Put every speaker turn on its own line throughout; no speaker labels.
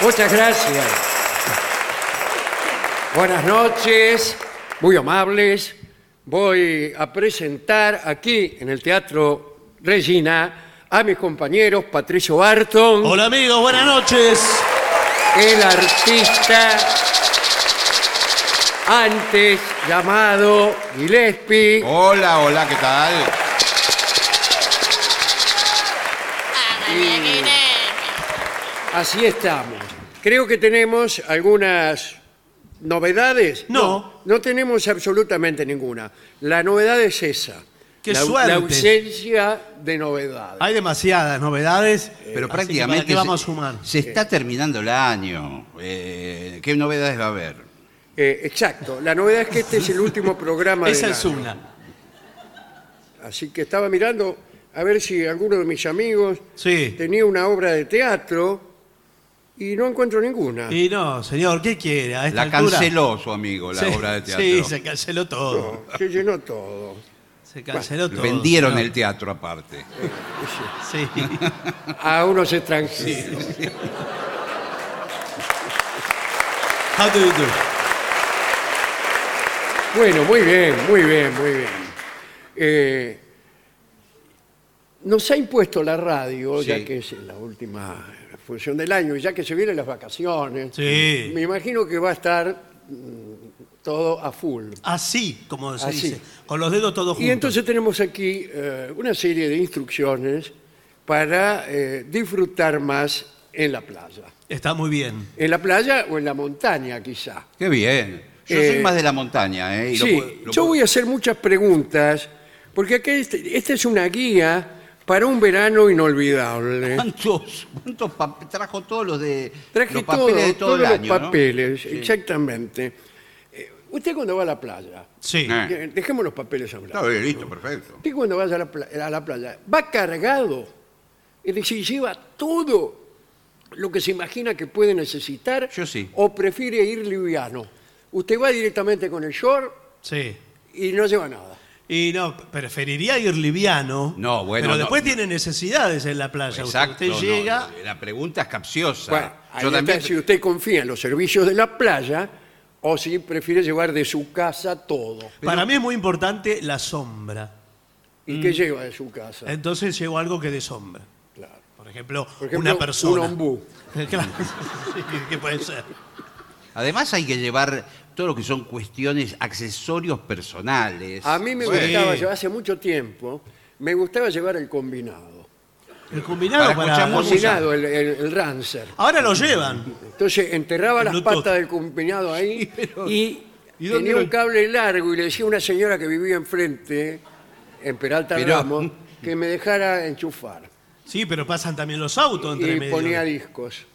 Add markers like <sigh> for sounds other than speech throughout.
Muchas gracias. Buenas noches, muy amables. Voy a presentar aquí en el Teatro Regina a mis compañeros Patricio Barton,
Hola amigos, buenas noches.
el artista antes llamado Gillespie,
Hola, hola, ¿qué tal?
Así estamos. Creo que tenemos algunas novedades.
No.
No, tenemos absolutamente ninguna. La novedad es esa.
Qué
la,
suerte. Ah.
la ausencia de novedades.
Hay demasiadas novedades,
Pero
así que
prácticamente.
¿para qué vamos a
se-
sumar?
Se está terminando el año. Eh, ¿Qué novedades va a haber?
Eh, exacto. La novedad es que este es el último programa
Esa
del
<laughs> es
año.
una.
Así que estaba mirando a ver si alguno de mis amigos
Sí.
tenía una obra de teatro y no encuentro ninguna.
Y no, señor, ¿qué quiere? A esta
La
altura-
canceló su amigo, la
Sí,
obra de teatro.
Sí, se canceló todo.
No, se llenó todo.
Se canceló todo.
Vendieron
señor.
el teatro aparte.
Sí.
A unos extranjeros.
How do you do?
Bueno, muy bien, muy bien, muy bien. Eh, nos ha impuesto la radio,
Sí.
ya que es la última función del año, y ya que se vienen las vacaciones,
Sí.
me imagino que va a estar mm, todo a full.
Así, como se
Así.
dice. Con los dedos todos juntos.
Y entonces tenemos aquí eh, una serie de instrucciones para eh, disfrutar más en la playa.
Está muy bien.
En la playa o en la montaña, quizá.
Qué bien. Yo
Eh,
soy más de la montaña, ¿eh? y lo
Sí,
puedo- lo
yo
puedo-
voy a hacer muchas preguntas, porque acá este- esta es una guía para un verano inolvidable.
¿Cuántos, cuántos pap- trajo todos los de
Traje
los
todo,
papeles de todo
todos
el año?
los
¿no?
papeles,
Sí.
exactamente. Eh, Usted cuando va a la playa,
Sí.
Eh.
eh, dejemos los papeles a un lado.
Está bien, listo, perfecto.
Usted cuando vaya a la, pla- a la playa, va cargado, es decir, lleva todo lo que se imagina que puede necesitar,
Yo sí.
o prefiere ir liviano. Usted va directamente con el short
Sí.
y no lleva nada.
Y no, preferiría ir liviano.
No, bueno,
Pero
no.
después tiene necesidades en la playa. Usted-
Exacto.
Usted,
no,
llega.
la pregunta es capciosa.
Bueno, ahí
yo
está
también.
si usted confía en los servicios de la playa o si prefiere llevar de su casa todo.
Para mí es muy importante la sombra.
¿Y
Mm.
qué lleva de su casa?
Entonces llevo algo que dé sombra.
Claro.
Por ejemplo,
Por ejemplo,
una persona.
un ombú.
<laughs> Claro, sí, ¿qué puede ser?
Además hay que llevar todo lo que son cuestiones, accesorios personales.
A mí me
Sí.
gustaba, llevar- hace mucho tiempo, me gustaba llevar el combinado.
El combinado
Para
para.
escuchar
El
música.
combinado, el, el- el rancer.
Ahora lo llevan.
Entonces enterraba las
Bluetooth.
patas del combinado ahí y,
¿y dónde
tenía
lo-
un cable largo y le decía a una señora que vivía enfrente, en Peralta
Pero-
Ramos, que me dejara enchufar.
Sí, pero pasan también los autos entre
Y
medio.
ponía discos.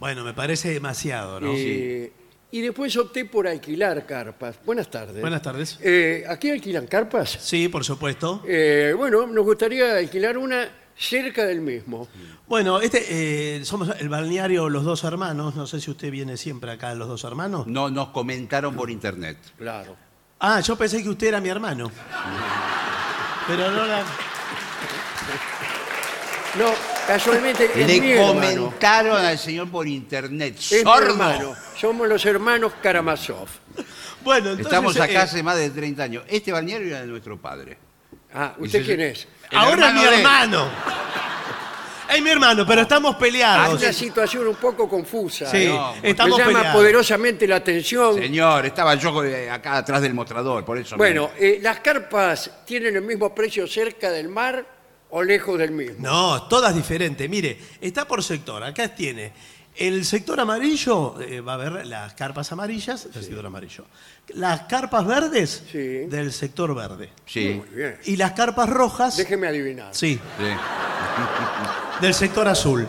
Bueno, me parece demasiado, ¿no?
Y, Eh, y después opté por alquilar carpas. Buenas tardes.
Buenas tardes.
Eh, ¿Aquí alquilan carpas?
Sí, por supuesto.
Eh, bueno, nos gustaría alquilar una cerca del mismo.
Bueno, este eh, somos el balneario Los Dos Hermanos. No sé si usted viene siempre acá a Los Dos Hermanos.
No nos comentaron por internet.
Claro.
Ah, yo pensé que usted era mi
<laughs>
hermano. Pero no la.
No, casualmente es mi
Le
hermano.
comentaron al señor por internet.
Es mi
Este
hermano.
¡Sordo!
Somos los hermanos Karamazov.
Bueno, entonces.
Estamos acá
eh,
hace más de 30 años. Este balneario era de nuestro padre.
Ah, ¿usted
Ese-
quién es?
El
ahora es mi
de él.
hermano. Es mi hermano, pero estamos
Hay
peleados.
una situación un poco confusa.
Ah, Sí,
¿eh?
no,
estamos
Me llama
peleados.
poderosamente la atención.
Señor, estaba yo eh, acá atrás del mostrador, por eso.
Bueno, eh, ¿las carpas tienen el mismo precio cerca del mar o lejos del mismo?
No, todas diferentes. Mire, está por sector. Acá tiene. El sector amarillo eh, va a haber las carpas amarillas del sector amarillo. Las carpas verdes
Sí.
del sector verde.
me- Sí.
Muy bien.
Y las carpas rojas.
Déjeme adivinar.
Sí.
sí.
del sector azul.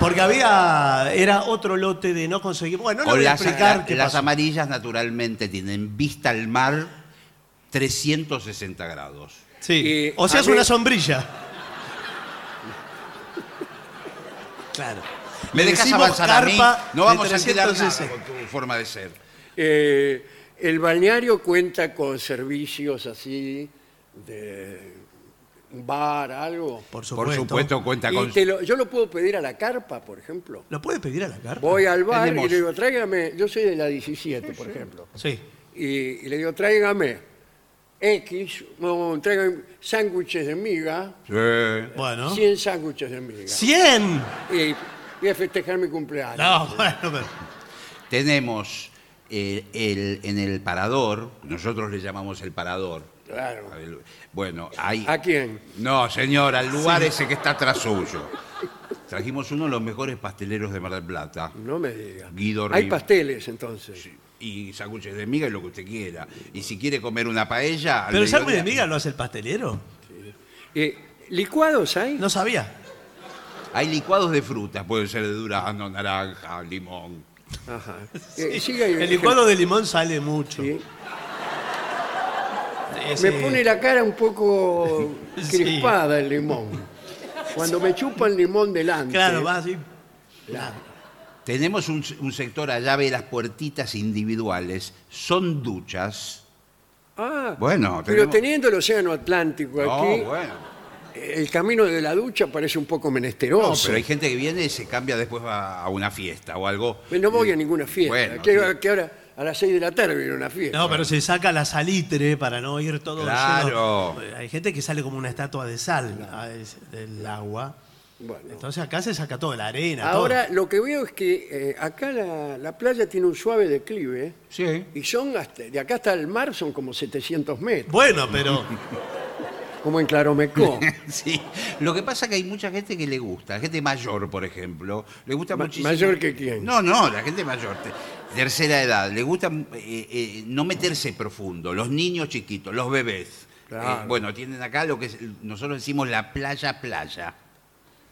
Porque había. Era otro lote de no conseguir. Bueno, no
O
le voy a
las,
explicar
la-
qué
las
pasó.
amarillas naturalmente tienen vista al mar 360 grados.
Sí.
Y
o sea,
a
es
mí-
una sombrilla. Claro.
Me
Le
dejas
decimos
avanzar a mí,
carpa
no
de
vamos a quedar nada
360.
con tu forma de ser.
Eh, el balneario cuenta con servicios así de un bar, algo.
Por
Por
supuesto.
supuesto cuenta
Y
con...
te lo- yo lo puedo pedir a la carpa, por ejemplo.
¿Lo puede pedir a la carpa?
Voy al bar y
Tenemos-
le digo, tráigame, yo soy de la 17, por ejemplo.
Sí.
Y, y le digo, tráigame X, no, tráigame sándwiches de miga,
Sí.
Bueno.
100 sándwiches de miga.
¡Cien!
Y voy a festejar mi cumpleaños.
No, bueno, pero-
Tenemos eh, el- en el parador, nosotros le llamamos el parador.
Claro.
al- Bueno, hay...
Ah.
¿A quién?
No, señor, al lugar ese que está atrás suyo. Trajimos uno de los mejores pasteleros de Mar del Plata.
No me diga.
Guido
Hay
Rib-
pasteles, entonces.
Y sándwiches de miga y lo que usted quiera. Y si quiere comer una paella... al
Pero el sándwich de
mediodía-
miga lo hace el pastelero.
Eh, ¿Licuados hay?
No sabía.
Hay licuados de frutas, puede ser de durazno, naranja, limón. <laughs>
Ajá. Eh, siga y-
el licuado de limón sale mucho.
Sí.
Ese-
Me pone la cara un
<laughs>
poco
Sí.
crispada el limón. Cuando me chupa el limón delante.
Claro, va así.
Tenemos un, un sector allá ve las puertitas individuales. Son duchas.
Ah,
Bueno,
pero
tenemos-
teniendo el océano Atlántico aquí,
No, bueno.
eh, el camino de la ducha parece un poco
No,
menesteroso.
pero hay gente que viene y se cambia después va a una fiesta o algo.
Pero No voy a ninguna fiesta.
Bueno,
Quiero
sí.
que ahora a las 6 de la tarde viene una fiesta.
No, pero se saca la salitre para no ir todo
Claro.
lleno. Hay gente que sale como una estatua de sal ah, es- del agua.
Bueno.
Entonces acá se saca todo, la arena,
Ahora lo que veo es que eh, acá la, la playa tiene un suave declive
Sí.
y son hasta- de acá hasta el mar son como 700
todo.
metros,
Bueno,
<laughs>
pero
como en
<laughs>
Claromecó.
Sí. Lo que pasa es que hay mucha gente que le gusta. Gente mayor, por ejemplo. Le gusta
Ma-
muchísimo.
¿mayor que quién?
No, no, la gente mayor. te- Tercera edad. Le gusta eh, eh, no meterse profundo. Los niños chiquitos, los bebés.
Claro.
Eh, bueno, tienen acá lo que es- nosotros decimos la playa, playa.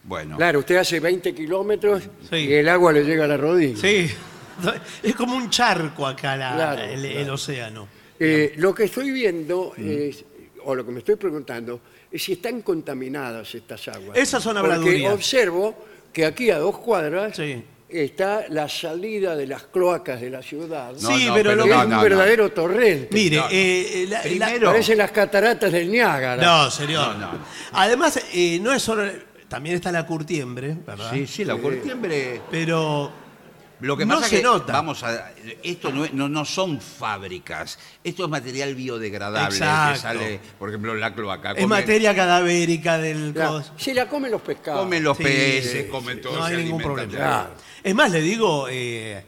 Bueno.
Claro, usted hace 20 kilómetros
Sí.
y el agua le llega a la rodilla.
sí. Es como un charco acá la-
Claro,
el, el océano.
Eh, lo que estoy viendo,
Mm.
es- o lo que me estoy preguntando, es si están contaminadas estas aguas.
Esas son
Porque
habladurías.
observo que aquí a dos cuadras
Sí.
está la salida de las cloacas de la ciudad.
No,
sí,
no,
pero
que
lo-
es
no,
un
no, no.
verdadero torrente.
Mire,
No, no.
eh, la- la-
Primero-
Parecen las cataratas del Niágara.
No, señor.
No, no.
Además, eh, no es solo. También está la curtiembre, ¿verdad?
Sí, sí, la curtiembre.
Pero.
Lo que
No
pasa
se
es que
nota.
vamos a esto no, es- no, no son fábricas, esto es material biodegradable
Exacto.
que sale, por ejemplo, en la cloaca.
Es materia cadavérica del
Claro,
cos-
se la comen los pescados.
Comen los
Sí,
peces,
sí,
comen
sí,
todo.
No
se
hay
alimentan
ningún problema.
de-
Claro.
Es más, le digo, eh,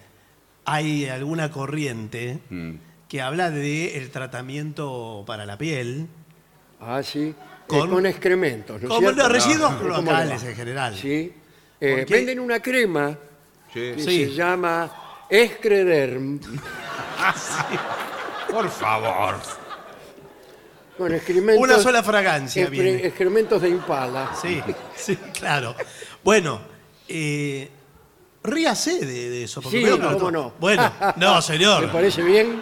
hay alguna corriente
Mm.
que habla de el tratamiento para la piel.
Ah, sí. Eh, Con,
Con-
excrementos. ¿no es
Como
cierto?
los residuos
¿Cómo le va?
cloacales en general.
Sí. Eh,
Porque-
venden una crema
Sí.
que
Sí.
se llama Excrederm,
Por favor.
con excrementos,
Una sola fragancia
excre-
viene.
excrementos de impala.
Sí, sí, claro. Bueno, eh, ríase de, de eso. porque
Sí,
veo que lo
cómo
to-
no. <laughs>
Bueno, no,
¿Le
señor.
parece bien?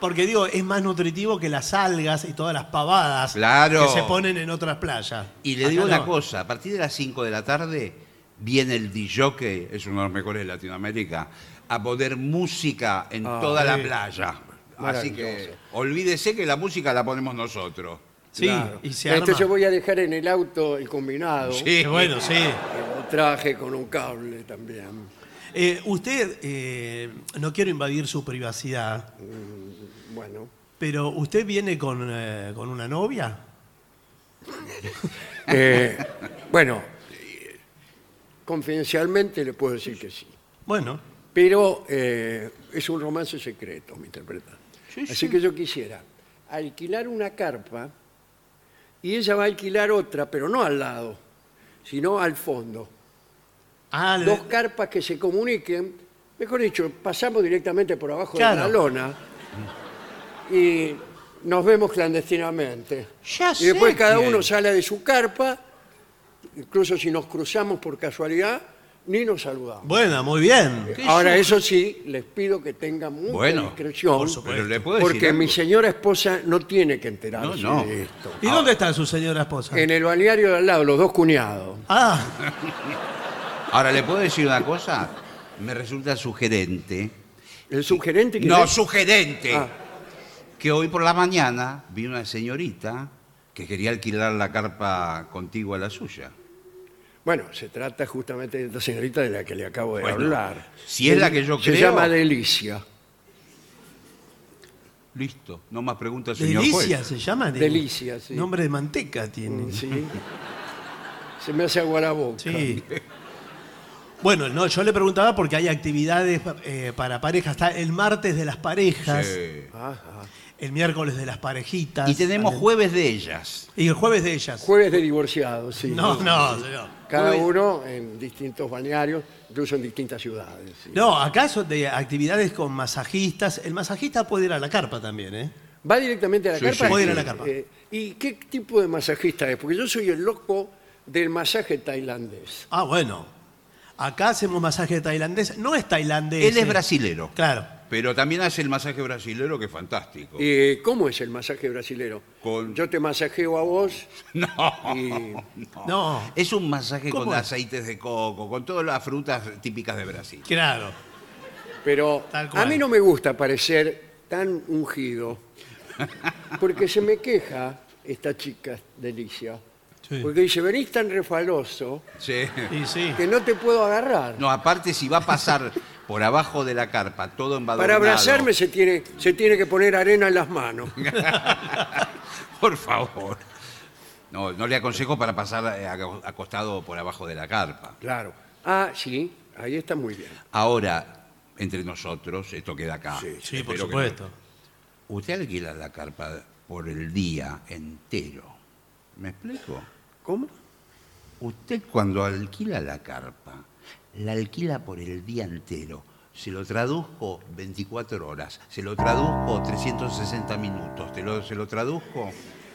Porque digo, es más nutritivo que las algas y todas las pavadas
Claro.
que se ponen en otras playas.
Y le
Acá
digo una
no.
cosa, a partir de las 5 de la tarde viene el DJ, que es uno de los mejores de Latinoamérica, a poner música en
Ah,
toda la
sí.
playa. Así que
Maravilloso.
olvídese que la música la ponemos nosotros.
Sí,
Claro.
y se arma.
Entonces Este yo voy a dejar en el auto el combinado.
Eh, bueno, sí.
Lo traje con un cable también.
Eh, usted, eh, no quiero invadir su privacidad,
Bueno.
pero ¿usted viene con, eh, con una novia?
Eh, <laughs> bueno, eh, confidencialmente le puedo decir que sí.
Bueno,
Pero eh, es un romance secreto, me interpreta. Así que yo quisiera alquilar una carpa y ella va a alquilar otra, pero no al lado, sino al fondo.
ah, le-
Dos carpas que se comuniquen, mejor dicho, pasamos directamente por abajo de
Claro.
la lona y nos vemos clandestinamente.
Ya
y después
sé
cada
que-
uno sale de su carpa Incluso si nos cruzamos por casualidad, ni nos saludamos.
Bueno, muy bien.
Ahora, eso sí, les pido que tengan mucha
Bueno,
discreción.
por supuesto.
Pero le puedo decir
Porque
algo?
mi señora esposa no tiene que enterarse
No, no.
de esto.
¿Y dónde está su señora esposa?
En el balneario de al lado, los dos cuñados.
Ah,
Ahora, ¿le puedo decir una cosa? Me resulta sugerente.
El sugerente que
No,
le-
sugerente.
Ah.
Que hoy por la mañana vi una señorita que quería alquilar la carpa contigua a la suya.
Bueno, se trata justamente de esta señorita de la que le acabo de
Bueno,
hablar.
si es la que yo
se
creo-
llama Delicia.
Listo, no más preguntas, señor
Delicia
juez.
se llama. digo.
Delicia, sí. Mm,
Nombre de manteca tiene.
Sí. Se me hace agua la boca.
Sí. Bueno, no, yo le preguntaba porque hay actividades eh, para parejas. Está el martes de las parejas,
Sí.
Ajá.
el miércoles de las parejitas.
Eh, Y tenemos
el-
jueves de ellas.
Y el jueves de ellas.
Jueves de divorciados, sí.
No, no, señor.
Cada uno en distintos balnearios, incluso en distintas ciudades. sí.
No, acá son de actividades con masajistas. El masajista puede ir a la carpa también, ¿eh?
¿Va directamente a la
Sí,
carpa?
sí. Puede
ir a la carpa.
Eh, ¿Y qué tipo de masajista es? Porque yo soy el loco del masaje tailandés.
Ah, bueno. Acá hacemos masaje tailandés. No es tailandés.
Él es
eh.
brasilero.
Claro.
Pero también hace el masaje brasilero que es fantástico.
Eh, ¿Cómo es el masaje brasilero?
Oh. Con-
Yo te masajeo a vos
<laughs> No. <laughs>
y...
Oh.
No,
Es un masaje con
¿Cómo es?
aceites de coco, con todas las frutas típicas de Brasil.
claro.
Pero
Tal
a
cual.
mí no me gusta parecer tan ungido, porque se me queja esta chica, Delicia,
Sí.
porque dice, venís tan refaloso
Sí.
Y sí.
que no te puedo agarrar.
No, aparte si va a pasar por abajo de la carpa, todo embadurnado.
Para abrazarme se tiene, se tiene que poner arena en las manos.
<laughs> Por favor. No, no le aconsejo para pasar eh, aco- acostado por abajo de la carpa.
Claro. Ah, sí, ahí está muy bien.
Ahora, entre nosotros, esto queda acá.
Sí, por
Espero que
supuesto.
no. Usted alquila la carpa por el día entero. ¿Me explico?
¿Cómo?
Usted cuando alquila la carpa, la alquila por el día entero. Se lo traduzco 24 horas, se lo traduzco 360 minutos, te lo- se lo traduzco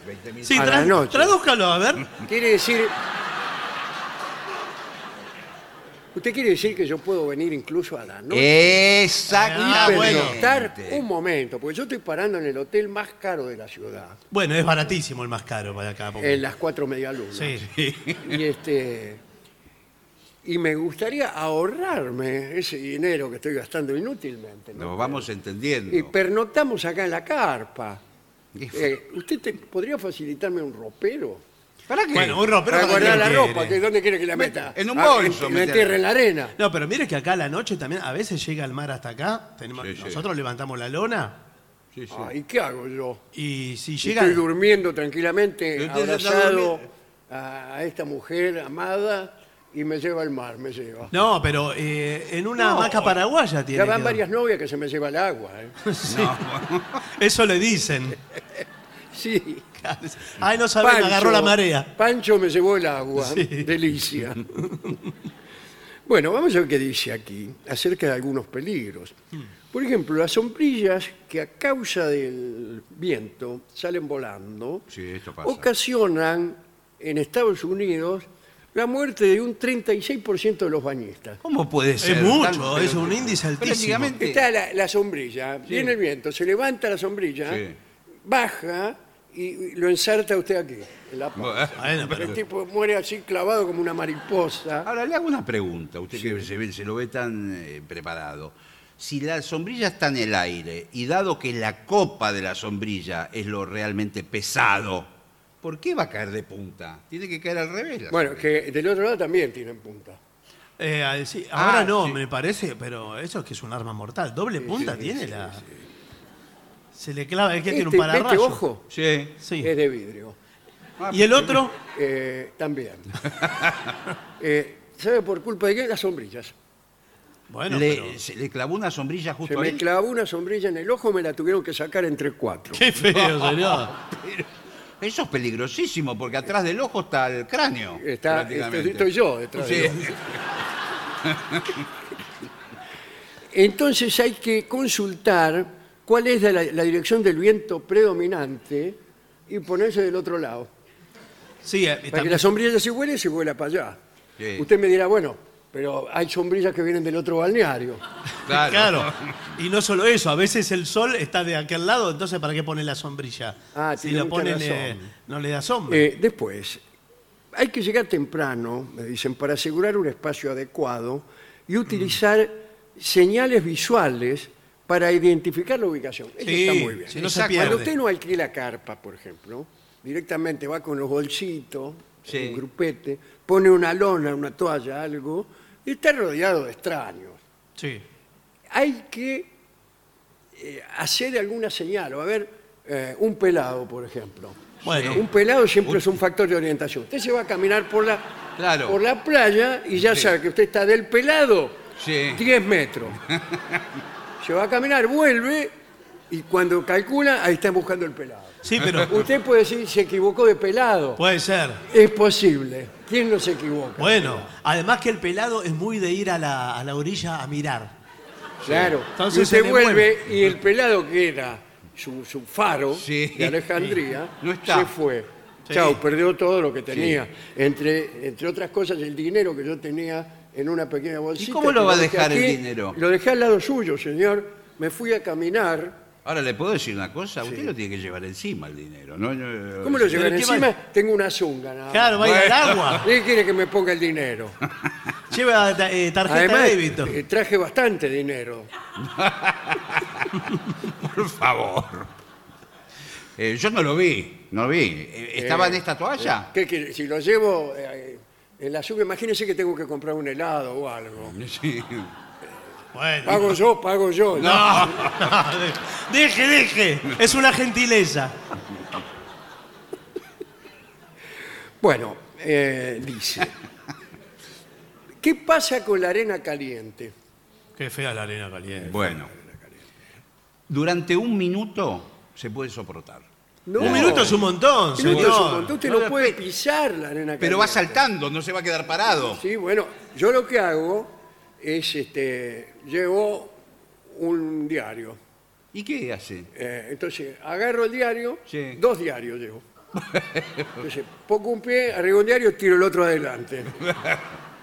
20 minutos.
Sí,
A la
tra-
noche.
tradúzcalo, a ver.
Quiere decir... ¿Usted quiere decir que yo puedo venir incluso a la noche?
Exactamente.
Eh, Ah,
Pero
bueno.
estar un momento, porque yo estoy parando en el hotel más caro de la ciudad,
Bueno, es baratísimo el más caro para acá. porque-
en las cuatro medialunas.
Sí.
Y este y me gustaría ahorrarme ese dinero que estoy gastando inútilmente. ¿no?
Nos vamos entendiendo.
Y pernoctamos acá en la carpa.
Y-
Eh, ¿Usted te- podría facilitarme un ropero?
¿Para qué?
Bueno, un ropero
Para
¿para qué
guardar la
quiere?
ropa, que ¿dónde quiere que la meta?
En un
Ah,
bolso,
en-
metela.
la entierre en la arena.
<laughs> No, pero mire que acá a la noche también a veces llega el mar hasta acá. Tenemos,
Sí, sí.
nosotros levantamos la lona
Sí, sí.
Ah, ¿Y qué hago yo?
y si
Y
llega.
Estoy durmiendo tranquilamente,
Pero usted ya está
abrazado
durmiendo.
a, a esta mujer amada y me lleva al mar, me lleva.
No, pero eh, en una hamaca paraguaya tiene.
Ya van
que-
varias novias que se me lleva al agua.
<laughs>
¿eh?
Sí. Eso
<laughs>
le dicen.
Sí.
Ay, no saben, me agarró la marea.
Pancho me llevó el agua.
Sí.
Delicia. bueno, vamos a ver qué dice aquí acerca de algunos peligros.
Hmm.
Por ejemplo, las sombrillas que a causa del viento salen volando
Sí, esto pasa.
ocasionan en Estados Unidos la muerte de un 36% de los bañistas.
¿Cómo puede ser?
mucho,
Tan-
es un índice altísimo.
Prácticamente.
Está la, la sombrilla, viene el viento, se levanta la sombrilla,
Sí.
baja y lo ensarta usted aquí, en la
<laughs>
panza.
Bueno, pero-
El tipo muere así clavado como una mariposa.
Ahora le hago una pregunta, usted que se, ve- se lo ve tan eh, preparado. Si la sombrilla está en el aire y dado que la copa de la sombrilla es lo realmente pesado, ¿por qué va a caer de punta? Tiene que caer al revés. la
Bueno,
sombrilla.
que del otro lado también tienen punta.
Eh, al- sí, ahora
Ah,
no,
sí.
me parece, pero eso es que es un arma mortal. Doble punta tiene la. Se le clava, es que tiene un
Este-
pararrayo.
este ojo Eh,
Sí.
Sí.
es de vidrio.
Y el otro,
Eh, también. Eh, ¿Sabe por culpa de qué? Las sombrillas.
bueno,
le,
pero-
se le clavó una sombrilla
Se
justo
me
ahí.
clavó una sombrilla en el ojo, me la tuvieron que sacar entre cuatro.
qué feo, señor.
Eso es peligrosísimo porque atrás del ojo está el cráneo.
Está,
prácticamente.
estoy, estoy yo detrás de
Sí.
él. Entonces hay que consultar cuál es la, la dirección del viento predominante y ponerse del otro lado.
Sí, eh,
Para que
también-
la sombrilla se vuele, se vuela para allá.
Sí.
Usted me dirá, bueno, pero hay sombrillas que vienen del otro balneario.
<laughs> Claro.
Claro. Y no solo eso, a veces el sol está de aquel lado, entonces ¿para qué pone la sombrilla?
Ah,
si
tiene
la
mucha
ponen,
razón.
eh, no le da sombra.
Eh, después, hay que llegar temprano, me dicen, para asegurar un espacio adecuado y utilizar señales visuales para identificar la ubicación. Eso
Sí,
está muy bien.
si no se
Exacto.
pierde.
Cuando usted no alquila carpa, por ejemplo, directamente va con los bolsitos,
Sí.
un grupete, pone una lona, una toalla, algo, y está rodeado de extraños.
Sí.
Hay que eh, hacer alguna señal, o a ver, eh, un pelado, por ejemplo.
Bueno,
Un pelado siempre es un factor de orientación. Usted se va a caminar por la,
Claro.
por la playa y ya
Sí.
sabe que usted está del pelado
Sí.
10
<laughs>
metros. se va a caminar, vuelve y cuando calcula, ahí están buscando el pelado.
sí, pero
<laughs> Usted puede decir, se equivocó de pelado.
puede ser.
Es posible. ¿Quién no se equivoca?
Bueno, además que el pelado es muy de ir a la, a la orilla a mirar.
Claro.
Entonces
y
se
usted
le
vuelve y el pelado que era su, su faro
Sí.
de Alejandría
<laughs> No está.
se fue.
Sí.
Chao, perdió todo lo que tenía. Entre, entre otras cosas, el dinero que yo tenía en una pequeña bolsita.
cómo lo
que
va a
dejé
dejar el dinero?
Lo dejé al lado suyo, señor. Me fui a caminar.
Ahora, ¿le puedo decir una cosa? Usted lo tiene que llevar encima el dinero. ¿no? No, no,
¿Cómo lo
sí.
llevan
qué
encima? Tengo una zunga. nada más.
Claro, va a ir al
Bueno.
agua.
¿Quién quiere que me ponga el
<laughs>
dinero?
Lleva eh, tarjeta
Además,
de débito.
eh, traje bastante dinero.
<laughs> Por favor. Eh, yo no lo vi, no vi. Eh, ¿Estaba
Eh,
en esta toalla?
¿Qué quiere? Si lo llevo eh, en la sub, imagínese que tengo que comprar un helado o algo.
<laughs> Sí.
Bueno. <laughs>
Pago yo, pago yo.
No. deje, deje. Es una gentileza.
Bueno, eh, dice. ¿Qué pasa con la arena caliente?
Qué fea la arena caliente.
Bueno. Durante un minuto se puede soportar.
No.
Un minuto es un montón,
Un minuto es un
señor.
montón. Usted
No
no,
la
puede
pe-
pisar la arena caliente.
Pero va saltando, no se va a quedar parado.
Sí, bueno, yo lo que hago es, este, llevo un diario.
¿Y qué hace?
Eh, entonces, agarro el diario,
Sí.
dos diarios llevo. Entonces, pongo un pie, arriba un diario, tiro el otro adelante.
<laughs>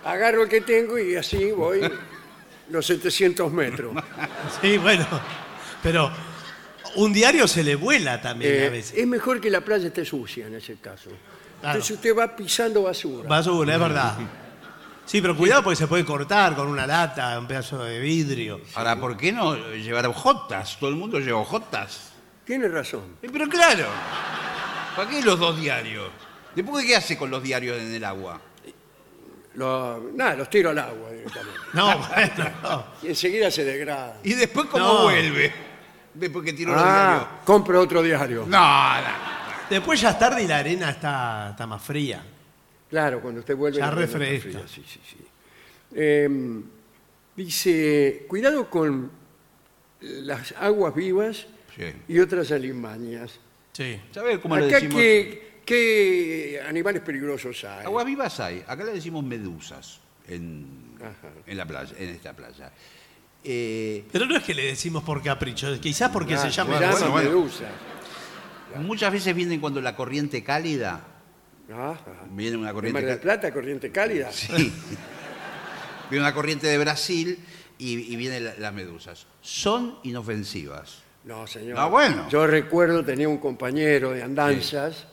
Agarro el que tengo y así voy los 700 metros.
Sí, bueno. Pero un diario se le vuela también
Eh,
a veces.
es mejor que la playa esté sucia en ese caso.
Claro.
Entonces usted va pisando basura.
Basura, es verdad. Sí, pero cuidado porque se puede cortar con una lata, un pedazo de vidrio.
Ahora, ¿por qué no llevar hojotas? Todo el mundo lleva hojotas.
Tiene razón.
Eh, Pero claro, ¿para qué los dos diarios? Después, ¿qué hace con los diarios en el agua?
Lo- nada, los tiro al agua
<laughs>
directamente. <laughs>
No, bueno, no.
Y enseguida se degrada.
¿Y después cómo
No.
vuelve? Después que tiró
Ah, compro otro diario.
los diarios. No, no.
Después ya es tarde y la arena está, está más fría.
Claro, cuando usted vuelve.
Ya
la arena está
refresca.
fría, Sí, sí, sí. Eh, dice, cuidado con las aguas vivas
Sí.
y otras alimañas.
Sí.
¿Sabe cómo le
Acá
decimos?
qué, qué animales peligrosos hay.
Aguas vivas hay. Acá le decimos medusas en,
Ajá.
en la playa, en esta playa. Eh,
Pero no es que le decimos por capricho, quizás porque
Ah,
se llama.
bueno,
llaman
bueno.
medusas.
muchas veces vienen cuando la corriente cálida.
Ajá.
Viene una
En
corriente
Mar del
cálida.
Plata, corriente cálida.
Sí. <laughs> viene una corriente de Brasil y, y vienen la- las medusas. Son inofensivas.
No, señor.
Ah, bueno.
Yo recuerdo, tenía un compañero de andanzas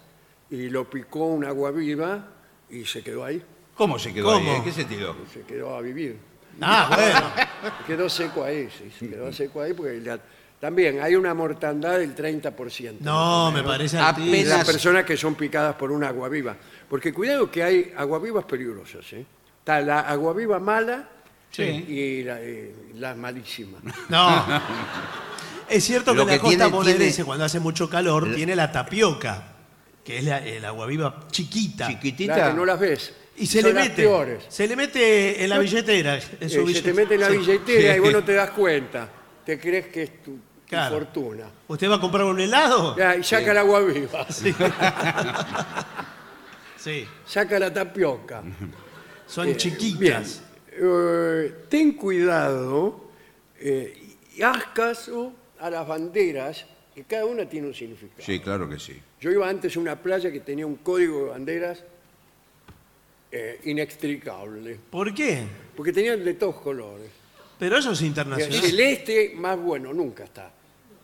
y lo picó un agua viva y se quedó ahí,
¿Cómo se quedó ahí?
¿Cómo?
¿En qué sentido?
se quedó a vivir.
Ah, bueno.
Quedó seco ahí, sí, se quedó seco ahí porque la- también hay una mortandad del 30%.
No, me parece
De
Apenas-
las
altísimo.
personas que son picadas por un agua viva. Porque cuidado que hay aguavivas peligrosas. ¿eh? Está la aguaviva mala
Sí.
y la, eh, la malísima.
No.
<laughs>
Es cierto que
Lo
en la
que
costa
tiene-
bonaerense,
tiene-
cuando hace mucho calor, tiene la tapioca, que es la, el agua viva chiquita.
Chiquitita.
Claro, no las ves.
Y se
Son
le
las
mete.
peores.
Se le mete en la billetera. En su
Eh, se te
billetera.
mete en la
Sí.
billetera
Sí.
y vos no te das cuenta. Te crees que es tu, tu
Claro.
fortuna.
¿Usted va a comprar un helado?
Ya, y saca el agua viva,
Sí. Sí.
saca la tapioca.
Son
Eh,
chiquitas.
bien. Eh, ten cuidado eh, y haz caso a las banderas, que cada una tiene un significado.
Sí, claro que sí.
Yo iba antes a una playa que tenía un código de banderas eh, inextricable,
¿Por qué?
porque tenían de todos colores.
Pero eso es
Y el
internacional.
celeste más bueno nunca está.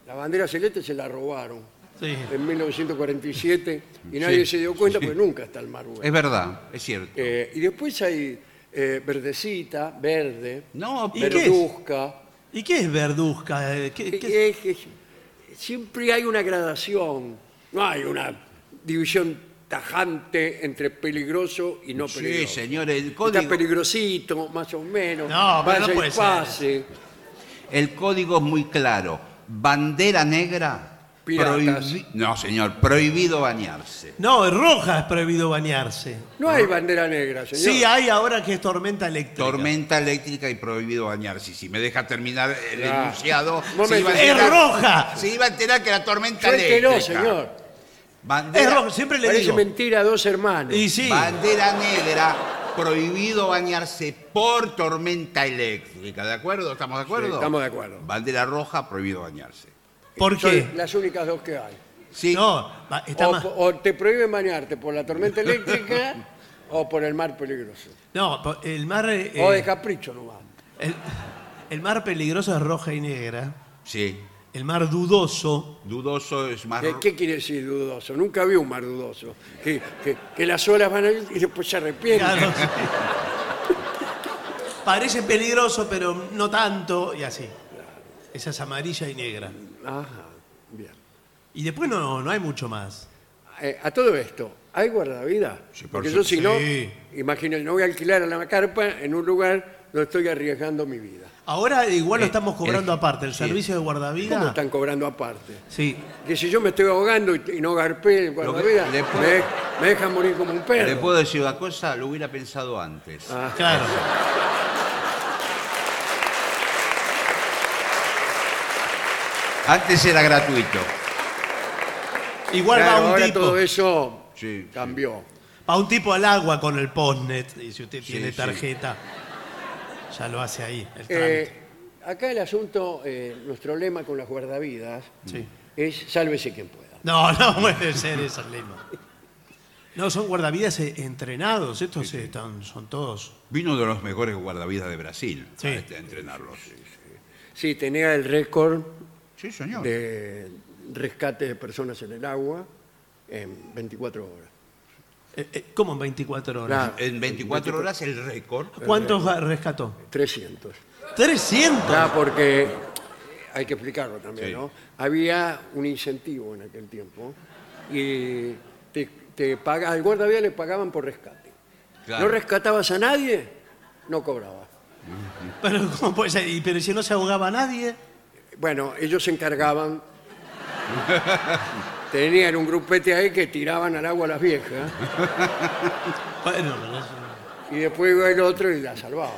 La bandera celeste se la robaron
Sí.
en 1947 y nadie
Sí,
se dio cuenta
sí.
porque nunca está el mar bueno.
Es verdad, es cierto.
Eh, y después hay eh, verdecita, verde,
No,
¿Y
pero
qué es?
verduzca.
¿Y qué es verduzca? Eh, ¿Qué- qué-
Eh, eh, eh, siempre hay una gradación, no hay una división tajante entre peligroso y no
Sí,
peligroso.
señor, el
Está
código-
peligrosito, más o menos.
No, pero
vaya
no
y
puede ser.
pase.
el código es muy claro. Bandera negra,
Piratas.
no señor, prohibido bañarse.
No, en roja es prohibido bañarse.
No hay bandera negra, señor.
Sí, hay ahora que es tormenta eléctrica.
Tormenta eléctrica y prohibido bañarse. Si me deja terminar el
Ah.
enunciado,
Momento.
se iba, a
¡Es
enterar-
roja!
se iba a enterar que era tormenta
Yo el que
eléctrica.
no, señor.
Bandera,
Es roja, siempre le
Parece
digo.
mentira a dos hermanos.
Y sí,
bandera negra, prohibido bañarse por tormenta eléctrica. ¿De acuerdo? ¿Estamos de acuerdo?
estamos de acuerdo.
Bandera roja, prohibido bañarse.
¿por
Son
qué?
las únicas dos que hay.
Sí.
No, va- está
O,
más...
o te prohíben bañarte por la
<laughs>
tormenta eléctrica o por el mar peligroso.
No, po- el mar... eh,
O de capricho nomás.
el, el mar peligroso es roja y negra.
Sí.
El mar dudoso... <laughs>
Dudoso es más.
¿Qué, qué quiere decir dudoso? Nunca vi un mar dudoso. Que, que- que las olas van a ir y después se arrepienten.
Claro, Ah, sí. Parece peligroso, pero no tanto, y así. Esa es amarilla y negra.
Ajá, bien.
Y después no, no hay mucho más.
Eh, a todo esto, ¿hay guardavidas?
Sí, por
Porque yo si no,
supuesto. Sí.
imagínate, no voy a alquilar a la carpa en un lugar donde estoy arriesgando mi vida.
Ahora igual lo
Eh,
estamos cobrando
eh,
aparte, el
sí.
servicio de
¿Cómo
guardavidas.
están cobrando aparte?
Sí.
Que si yo me estoy ahogando y, y no garpé el guardavidas,
le puedo-
me, de- me dejan morir como un perro.
Le puedo decir una cosa, lo hubiera pensado antes.
Ah,
Claro.
Antes era gratuito.
Igual
claro,
va un
ahora
tipo.
todo eso
Sí,
cambió.
Va un tipo al agua con el postnet. Y si usted tiene
sí.
tarjeta, ya lo hace ahí. El
Eh,
trámite.
acá el asunto, eh, nuestro lema con las guardavidas
Sí.
es sálvese quien pueda.
No,
<laughs>
no puede ser eso el lema. No, son guardavidas eh, entrenados. Estos eh, están- son todos.
Vino de los mejores guardavidas de Brasil
Sí.
a este- a entrenarlos.
Sí, tenía el récord
Sí, señor.
de rescate de personas en el agua en 24 horas.
Eh, eh, ¿Cómo en 24 horas?
Claro,
En 24 horas el récord.
¿Cuántos va- rescató?
300.
300.
Ah, porque hay que explicarlo también,
Sí.
¿no? Había un incentivo en aquel tiempo y te, te paga- al guardavidas le pagaban por rescate.
Claro.
No rescatabas a nadie, no cobrabas.
Pero, ¿cómo puede ser? Y, pero si no se ahogaba nadie.
Bueno, ellos se encargaban. Tenían un grupete ahí que tiraban al agua a las viejas ¿eh?
Bueno, pero eso-
y después iba el otro y la salvaba.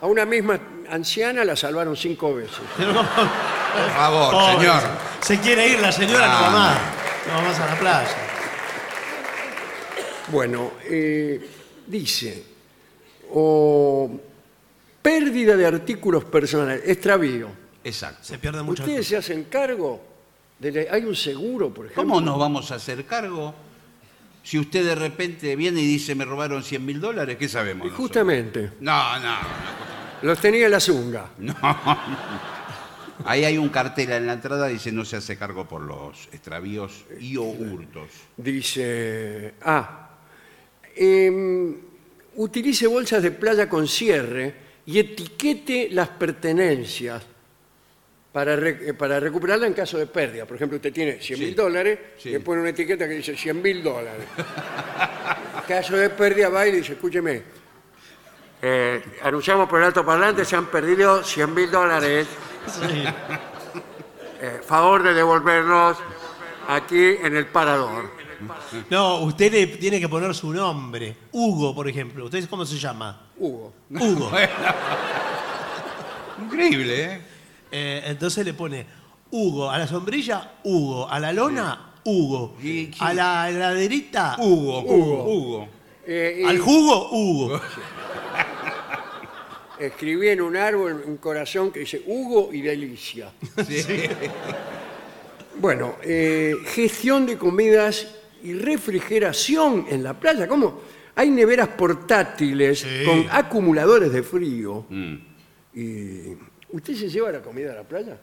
A una misma anciana la salvaron cinco veces.
Pero no-
Por favor,
Pobre,
señor.
Se quiere ir la señora,
Ah.
no va más. No va más a la playa.
Bueno, eh, dice, o pérdida de artículos personales, extravío.
Exacto.
Se pierde mucho.
¿Ustedes se hacen cargo? de la- ¿Hay un seguro, por ejemplo?
¿Cómo nos vamos a hacer cargo si usted de repente viene y dice me robaron 100 mil dólares? ¿Qué sabemos?
Y
nosotros?
Justamente,
No, no,
los tenía en la zunga.
<laughs> no. Ahí hay un cartel en la entrada dice no se hace cargo por los extravíos y o hurtos.
Dice, ah, em, utilice bolsas de playa con cierre y etiquete las pertenencias para, re- eh, para recuperarla en caso de pérdida. Por ejemplo, usted tiene 100 mil
Sí,
dólares,
sí.
le pone una etiqueta que dice 100 mil dólares. en caso de pérdida va y le dice, escúcheme, eh, anunciamos por el alto parlante, se han perdido 100 mil dólares
Sí.
eh, favor de devolverlos aquí en el parador.
No, usted le tiene que poner su nombre. Hugo, por ejemplo. ¿Usted cómo se llama?
Hugo.
Hugo.
Increíble, ¿eh?
Eh, entonces le pone Hugo. A la sombrilla, Hugo. A la lona, Hugo.
Sí, sí.
A la heladerita, Hugo.
Hugo, Hugo, Hugo.
Eh, y-
Al jugo, Hugo.
escribí en un árbol un corazón que dice Hugo y Delicia.
Sí.
Bueno, eh, gestión de comidas y refrigeración en la playa. ¿Cómo? Hay neveras portátiles
Sí.
con acumuladores de frío. Y ¿Usted se lleva la comida a la playa?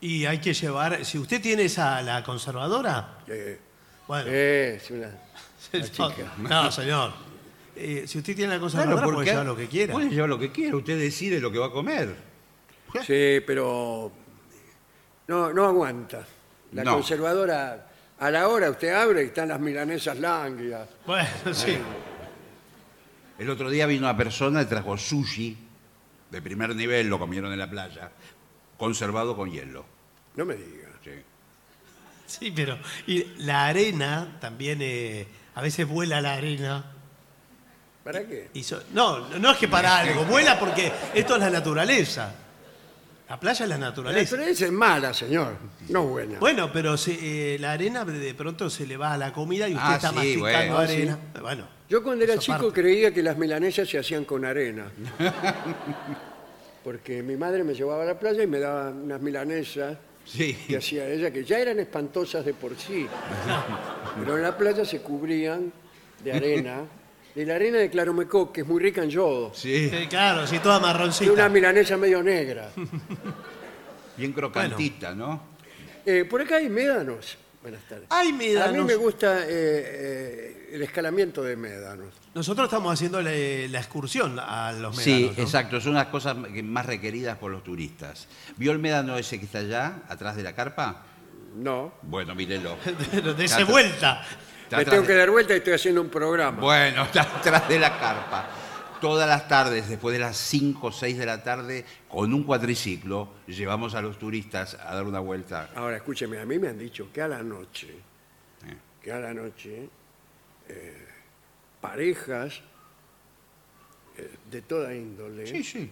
Y hay que llevar, si usted tiene esa, la conservadora,
Eh,
bueno, <laughs>
eh, es una-
no, no, señor. Eh, si usted tiene la
Claro,
conservadora, puede llevar lo que quiera.
Puede llevar lo que quiera, usted decide lo que va a comer.
Sí, pero no, no aguanta. La
No.
conservadora, a la hora usted abre y están las milanesas lánguidas.
Bueno, <laughs> sí.
El otro día vino una persona y trajo sushi de primer nivel, lo comieron en la playa, conservado con hielo.
No me diga.
Sí.
Sí, pero y la arena también, eh, a veces vuela la arena.
¿Para qué?
Y so- no, no es que para algo, vuela porque esto es la naturaleza. La playa es la
La
naturaleza.
experiencia es mala, señor. No buena.
Bueno, pero se- eh, la arena de pronto se le va a la comida y usted
Ah,
está
sí,
masticando
bueno.
arena. Bueno,
Yo cuando era
Eso
chico
parte.
creía que las milanesas se hacían con arena. <laughs> Porque mi madre me llevaba a la playa y me daba unas milanesas que
Sí.
hacía ella, que ya eran espantosas de por sí.
<laughs>
Pero en la playa se cubrían de arena, de la arena de Claromecó, que es muy rica en yodo,
Sí,
eh, claro, sí, toda
de una
marroncita.
milanesa medio
<laughs>
negra.
bien crocantita, ¿no?
Eh, por acá hay médanos. Buenas tardes.
Ay,
A mí
médanos.
me gusta eh, eh, el escalamiento de médanos.
Nosotros estamos haciendo la, la excursión a los médanos.
Sí,
¿no?
exacto, son las cosas que más requeridas por los turistas. ¿Vio el médano ese que está allá, atrás de la carpa?
No.
Bueno, mírelo.
<laughs> Pero Dese
Está-
vuelta.
está
Me
atrás
tengo
de-
que dar vuelta y estoy haciendo un programa.
Bueno, <laughs> está atrás de la carpa. Todas las tardes, después de las 5 o 6 de la tarde, con un cuatriciclo, llevamos a los turistas a dar una vuelta.
Ahora, escúcheme, a mí me han dicho que a la noche, que a la noche, eh, parejas eh, de toda índole,
sí.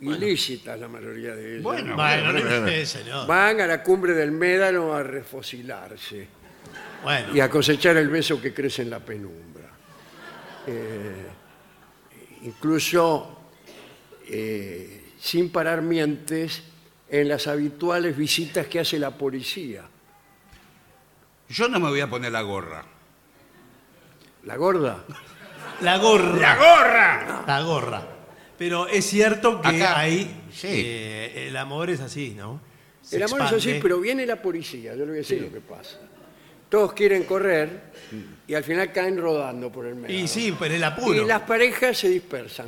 ilícitas la mayoría de ellas,
Bueno.
Bueno, no
bueno,
le- señor.
van a la cumbre del Médano a refocilarse
Bueno.
y a cosechar el beso que crece en la penumbra. Eh, incluso eh, sin parar mientes en las habituales visitas que hace la policía.
Yo no me voy a poner la gorra.
La gorda.
La gorra. La gorra. Pero es cierto que
Acá,
ahí
sí.
eh, el amor es así, ¿no? Se
el amor es así,
expande.
pero viene la policía, yo le voy a decir lo que pasa. Todos quieren correr y al final caen rodando por el medio.
Mm. Y sí, pero el
Y
apuro.
las parejas se dispersan.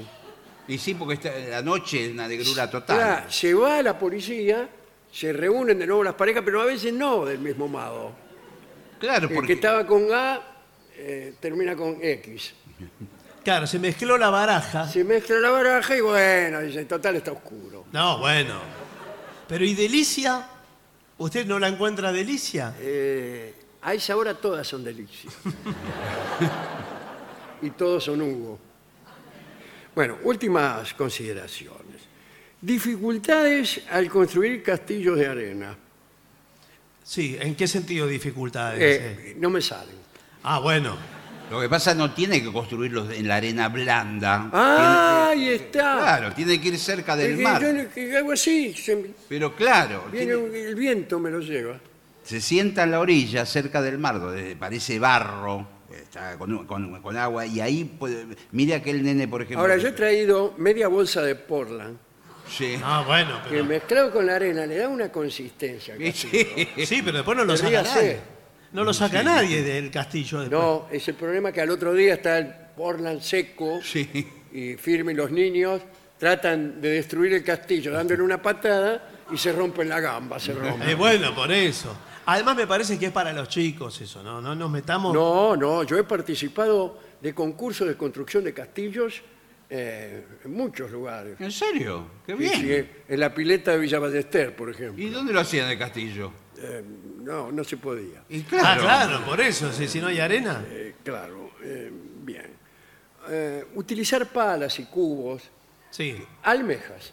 Y sí, porque está- la noche es una negrura total.
Ahora, se va la policía, se reúnen de nuevo las parejas, pero a veces no del mismo modo.
Claro,
El que
porque
estaba con A eh, termina con X.
Claro, se mezcló la baraja.
Se mezcla la baraja y bueno, dicen, total está oscuro.
No, bueno. Pero ¿y Delicia? ¿Usted no la encuentra Delicia?
Eh, a esa hora todas son
<laughs>
delicias. y todos son Hugo. Bueno, últimas consideraciones. Dificultades al construir castillos de arena.
Sí, ¿en qué sentido dificultades? eh?
Eh, no me salen.
Ah, bueno.
lo que pasa no tiene que construirlos en la arena blanda.
Ah,
Tiene-
ahí está.
Claro, tiene que ir cerca
Es
del
que
mar.
yo no- que hago así, se me-
Pero claro,
viene
tiene-
un- el viento me lo lleva.
se sienta en la orilla cerca del mar, donde parece barro, está con, con- con agua, y ahí puede, mire aquel nene, por ejemplo.
Ahora, yo he traído media bolsa de Portland,
Sí. <laughs>
Ah, bueno.
que
Pero,
mezclado con la arena le da una consistencia. al castillo.
sí, pero después no lo saca
Ríase.
nadie. No lo saca nadie del castillo después.
No, es el problema que al otro día está el Portland seco
Sí.
y firme y los niños tratan de destruir el castillo dándole una patada y se rompen la gamba, se
Eh,
rompen.
bueno, por eso. Además me parece que es para los chicos eso, ¿no? No nos metamos...
No, no, yo he participado de concursos de construcción de castillos eh, en muchos lugares.
¿En serio? Qué
Sí,
bien.
sí, en la pileta de Villa Ballester, por ejemplo.
¿Y dónde lo hacían en el castillo?
Eh, no, no se podía.
Y
Ah,
claro.
claro, por eso. Si, si no hay arena.
Eh, claro, eh, bien. Eh, utilizar palas y cubos,
Sí.
almejas.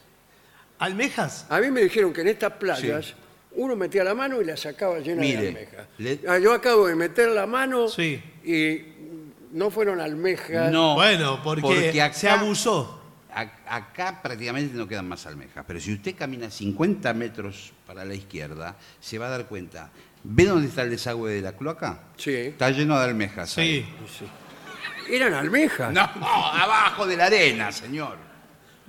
¿Almejas?
A mí me dijeron que en estas playas uno metía la mano y la sacaba llena de
Mire,
almejas.
le-
Ah, Yo acabo de meter la mano
Sí.
y no fueron almejas.
No.
Bueno, porque,
Porque acá-
se abusó.
a- acá prácticamente no quedan más almejas, pero si usted camina 50 metros para la izquierda, se va a dar cuenta. ¿Ve dónde está el desagüe de la cloaca?
Sí.
Está lleno de almejas.
Sí.
ahí.
Eran almejas.
No, abajo de la arena, señor.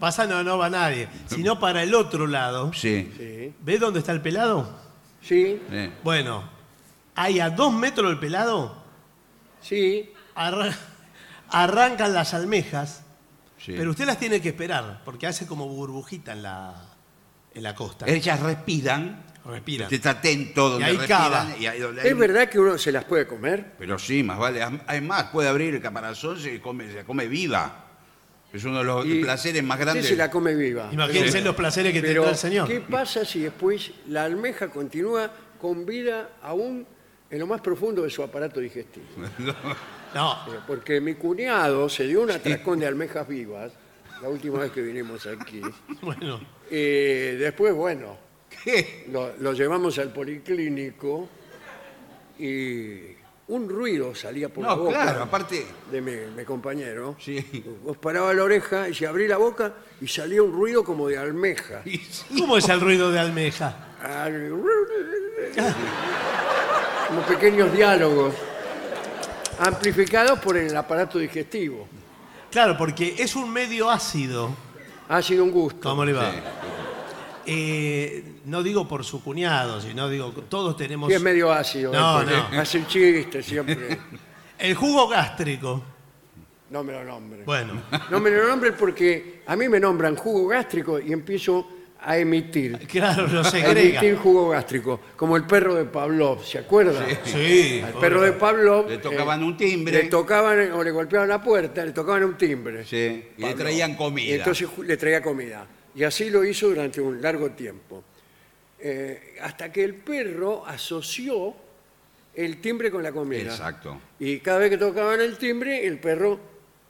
Pasa, no, no va nadie. Sino para el otro lado.
Sí.
Sí.
¿Ves dónde está el pelado?
Sí,
Eh.
Bueno, hay a dos metros del pelado,
sí.
arra- arrancan las almejas,
Sí.
pero usted las tiene que esperar, porque hace como burbujita en la, en la costa.
Ellas respiran.
Respira.
Usted está atento donde
Y ahí
respiran.
cava.
y ahí donde hay-
¿Es verdad que uno se las puede comer?
Pero sí, más vale. Es más, puede abrir el caparazón, se come, se come viva. Es uno de los
Y
placeres más
usted
grandes.
se la come viva.
Imagínense
Sí.
los placeres que
Pero,
tendrá el señor.
¿qué pasa si después la almeja continúa con vida aún en lo más profundo de su aparato digestivo?
No, <laughs>
Pero Porque mi cuñado se dio un atracón de almejas vivas la última vez que vinimos aquí.
bueno.
Eh, después, bueno,
<laughs> ¿Qué?
lo, lo llevamos al policlínico y un ruido salía por la
No,
boca Eh,
claro, aparte.
de mi, mi compañero.
Sí.
Vos paraba la oreja y se abría la boca y salía un ruido como de almeja.
Y sí.
¿Cómo es el ruido de almeja?
Al- Ah, Como pequeños diálogos amplificados por el aparato digestivo.
Claro, porque es un medio ácido.
Ha sido un gusto.
¿Cómo le va?
Sí.
Eh, no digo por su cuñado, sino digo, todos tenemos...
Sí, es medio ácido.
No,
este,
no.
Hace el chiste siempre.
El jugo gástrico.
No me lo nombre. <laughs>
Bueno,
No me lo nombre porque a mí me nombran jugo gástrico y empiezo a emitir.
claro, lo
A
segrega.
emitir jugo gástrico. Como el perro de Pavlov, ¿se acuerda?
Sí,
Al
pobre.
perro de Pavlov. eh,
Le tocaban un timbre.
Le tocaban o le golpeaban la puerta, le tocaban un timbre.
Sí, y le
Pablo.
traían comida.
Y entonces ju- le traía comida. Y así lo hizo durante un largo tiempo. Eh, hasta que el perro asoció el timbre con la comida.
Exacto.
Y cada vez que tocaban el timbre, el perro,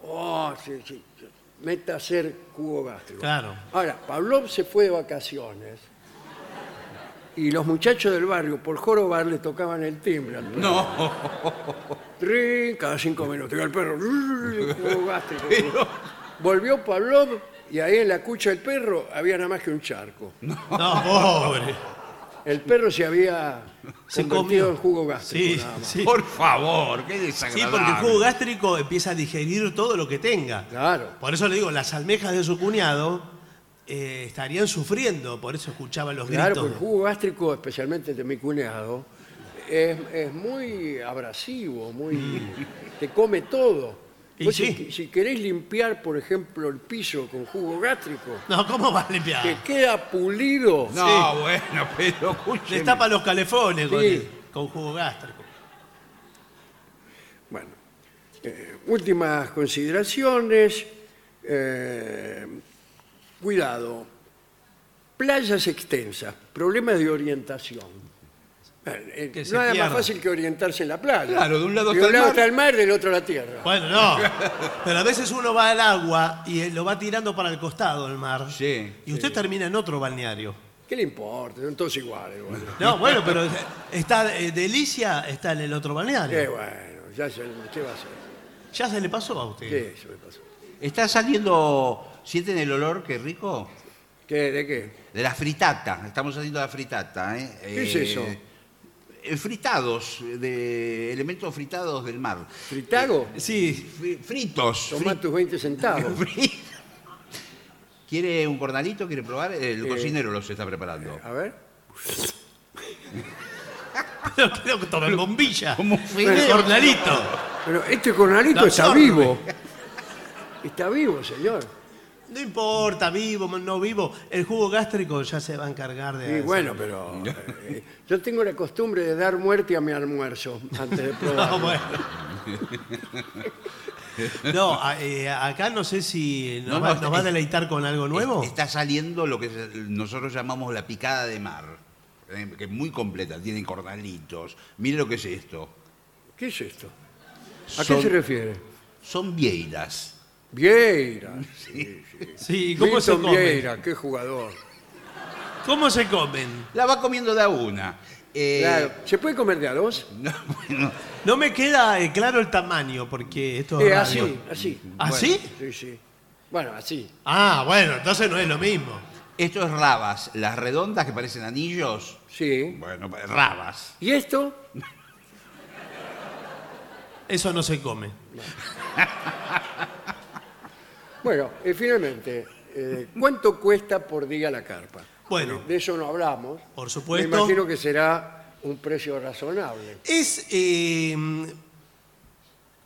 oh, sí, sí, sí, meta a hacer cubo gástrico.
Claro.
Ahora, Pavlov se fue de vacaciones y los muchachos del barrio, por jorobar, le tocaban el timbre al perro.
No,
Trin, cada cinco minutos. Iba el perro. rrr, jugo gástrico.
<laughs>
Volvió Pavlov y ahí en la cucha del perro había nada más que un charco.
No, pobre.
El perro se había
Se
convertido
comió.
en jugo gástrico.
Sí,
nada más.
sí.
por favor, qué
Sí,
desagradable.
porque el jugo gástrico empieza a digerir todo lo que tenga.
Claro.
Por eso le digo, las almejas de su cuñado eh, estarían sufriendo, por eso escuchaba los
Claro, porque el
gritos.
jugo gástrico, especialmente el de mi cuñado, es, es muy abrasivo, muy te come todo.
Mm. Y
Vos
sí.
si, si querés limpiar, por ejemplo, el piso con jugo gástrico,
No, ¿cómo va a limpiar?
que queda pulido.
No, bueno, pero escúcheme.
Le tapa los calefones con,
Sí.
el- con jugo gástrico.
Bueno, eh, últimas consideraciones. Eh, cuidado. Playas extensas, problemas de orientación. Eh, eh,
Que se
no es más
pierda.
fácil que orientarse en la playa.
Claro, de un lado está el mar.
está el mar, del otro la tierra.
Bueno, no. Pero a veces uno va al agua y eh, lo va tirando para el costado del mar.
Sí,
Y usted termina en otro balneario.
¿Qué le importa? Son todos iguales. bueno.
No, bueno, pero está eh, Delicia, está en el otro balneario.
Eh, bueno, ya se, ¿qué va a hacer?
Ya se le pasó a usted.
¿Qué se me pasó?
Está saliendo, ¿sienten el olor? Qué rico.
¿Qué, ¿De qué?
De la fritata, estamos haciendo la fritata. ¿eh?
¿Qué es
Eh,
eso?
eh, Fritados, de elementos fritados del mar.
¿Fritago?
Sí, <laughs>
Fri- Fritos.
Tomá tus 20 centavos.
<laughs> Fri- ¿Quiere un cornalito? ¿Quiere probar? El
Eh,
cocinero los está preparando.
A ver.
pero creo que toma el bombilla.
Como un
el
fideo.
jornalito.
Pero este cornalito
Lo
está
absorbe.
vivo. Está vivo, señor.
No importa, vivo, no vivo. El jugo gástrico ya se va a encargar de.
Y bueno, pero eh, yo tengo la costumbre de dar muerte a mi almuerzo antes de
<laughs> No,
probarlo.
bueno. No, a- eh, acá no sé si
No,
nos, va,
no,
nos va a
es-
deleitar con algo nuevo.
Es- Está saliendo lo que se- nosotros llamamos la picada de mar, eh, que es muy completa, tienen cornalitos. Mire lo que es esto.
¿Qué es esto? ¿A
Son-
qué se refiere?
Son vieiras.
Vieira.
Sí, ¿y ¿cómo se
Milton
comen?
Vieira, qué jugador.
¿Cómo se comen?
La va comiendo de a una. Eh,
Claro. ¿Se puede comer de a dos?
<laughs> no, bueno,
No me queda eh, claro el tamaño, porque esto es.
Eh,
radio.
así, así.
¿Así?
Sí, sí. Bueno, así.
Ah, bueno, entonces no es lo mismo.
Esto es rabas, las redondas que parecen anillos.
Sí.
Bueno, rabas.
¿Y esto?
Eso no se come.
Bueno, y finalmente, eh, ¿cuánto cuesta por día la carpa?
Bueno.
De eso no hablamos.
Por supuesto.
Me imagino que será un precio razonable.
Es eh,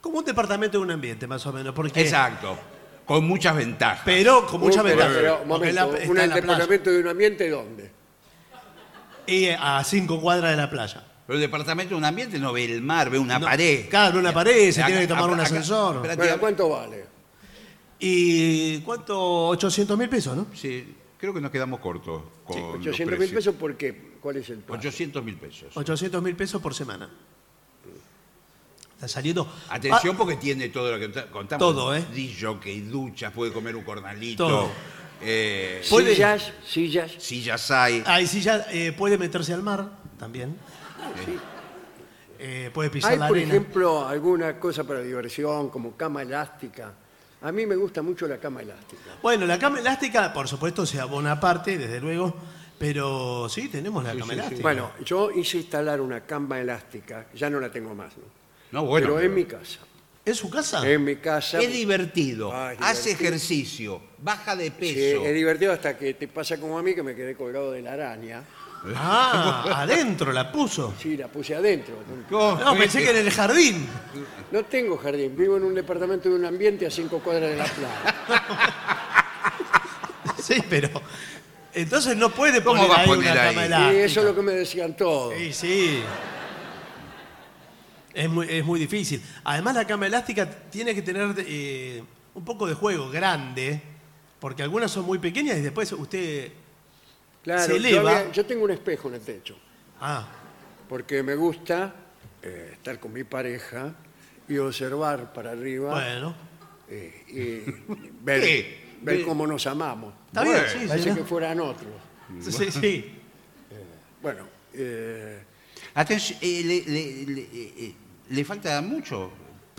como un departamento de un ambiente, más o menos. Porque,
Exacto. Con muchas ventajas.
Pero con mucha
Un- pero-
ventaja.
pero, un
porque la-
momento,
está
¿Un
en la playa.
departamento de un ambiente dónde?
Y eh, a cinco cuadras de la playa.
Pero el departamento de un ambiente no ve el mar, ve una
No,
pared.
Claro, una pared, se
Acá-
tiene que tomar un
acá-
ascensor.
espera,
Bueno,
tía-
¿cuánto vale?
¿Y cuánto? 800 mil pesos, ¿no?
Sí, creo que nos quedamos cortos con los
800 mil
precios.
pesos, ¿por qué? ¿Cuál es el pago?
800 mil pesos.
800 mil pesos por semana. Está saliendo.
Atención
Ah,
porque tiene todo lo que ta- contamos.
Todo, ¿eh?
Dillo, que duchas, puede comer un cornalito.
Todo.
eh,
puede-
Sillas, sillas.
sillas hay.
ahí sí ya eh, puede meterse al mar también. Eh, puede pisar
¿Hay,
la
por
arena.
ejemplo, alguna cosa para diversión, como cama elástica? A mí me gusta mucho la cama elástica.
Bueno, la cama elástica, por supuesto, se abona aparte, desde luego. Pero sí, tenemos la cama elástica.
Bueno, yo hice instalar una cama elástica, ya no la tengo más, ¿no?
No, bueno,
pero, en
pero-
mi casa.
¿Es su casa?
En mi casa.
es divertido.
Ah, es
Hace
divertido.
ejercicio, baja de
Sí,
peso.
es divertido hasta que te pasa como a mí que me quedé colgado de la araña.
Ah, adentro la puso.
Sí, la puse adentro.
Oh,
No, pensé que en el jardín. <laughs>
No tengo jardín, vivo en un departamento de un ambiente a cinco cuadras de la
<laughs>
playa.
Sí, pero. Entonces no puede
¿Cómo
poner
va a
ahí
poner
una
ahí?
cama
Y
elástica.
Y eso es lo que me decían todos.
Ah, Sí, sí. Es muy, es muy difícil. Además, la cama elástica tiene que tener eh, un poco de juego grande, porque algunas son muy pequeñas y después usted.
Claro,
se
yo
eleva.
había- yo tengo un espejo en el techo.
Ah,
porque me gusta eh, estar con mi pareja y observar para arriba
bueno.
eh, y ver,
<laughs>
¿Qué?
ver
¿Qué?
cómo nos amamos.
Está
Bueno,
bien, sí, sí.
Parece
¿no?
que fueran otros.
Sí, sí.
Bueno, eh,
Atención, eh, le, le- le- eh, le falta mucho.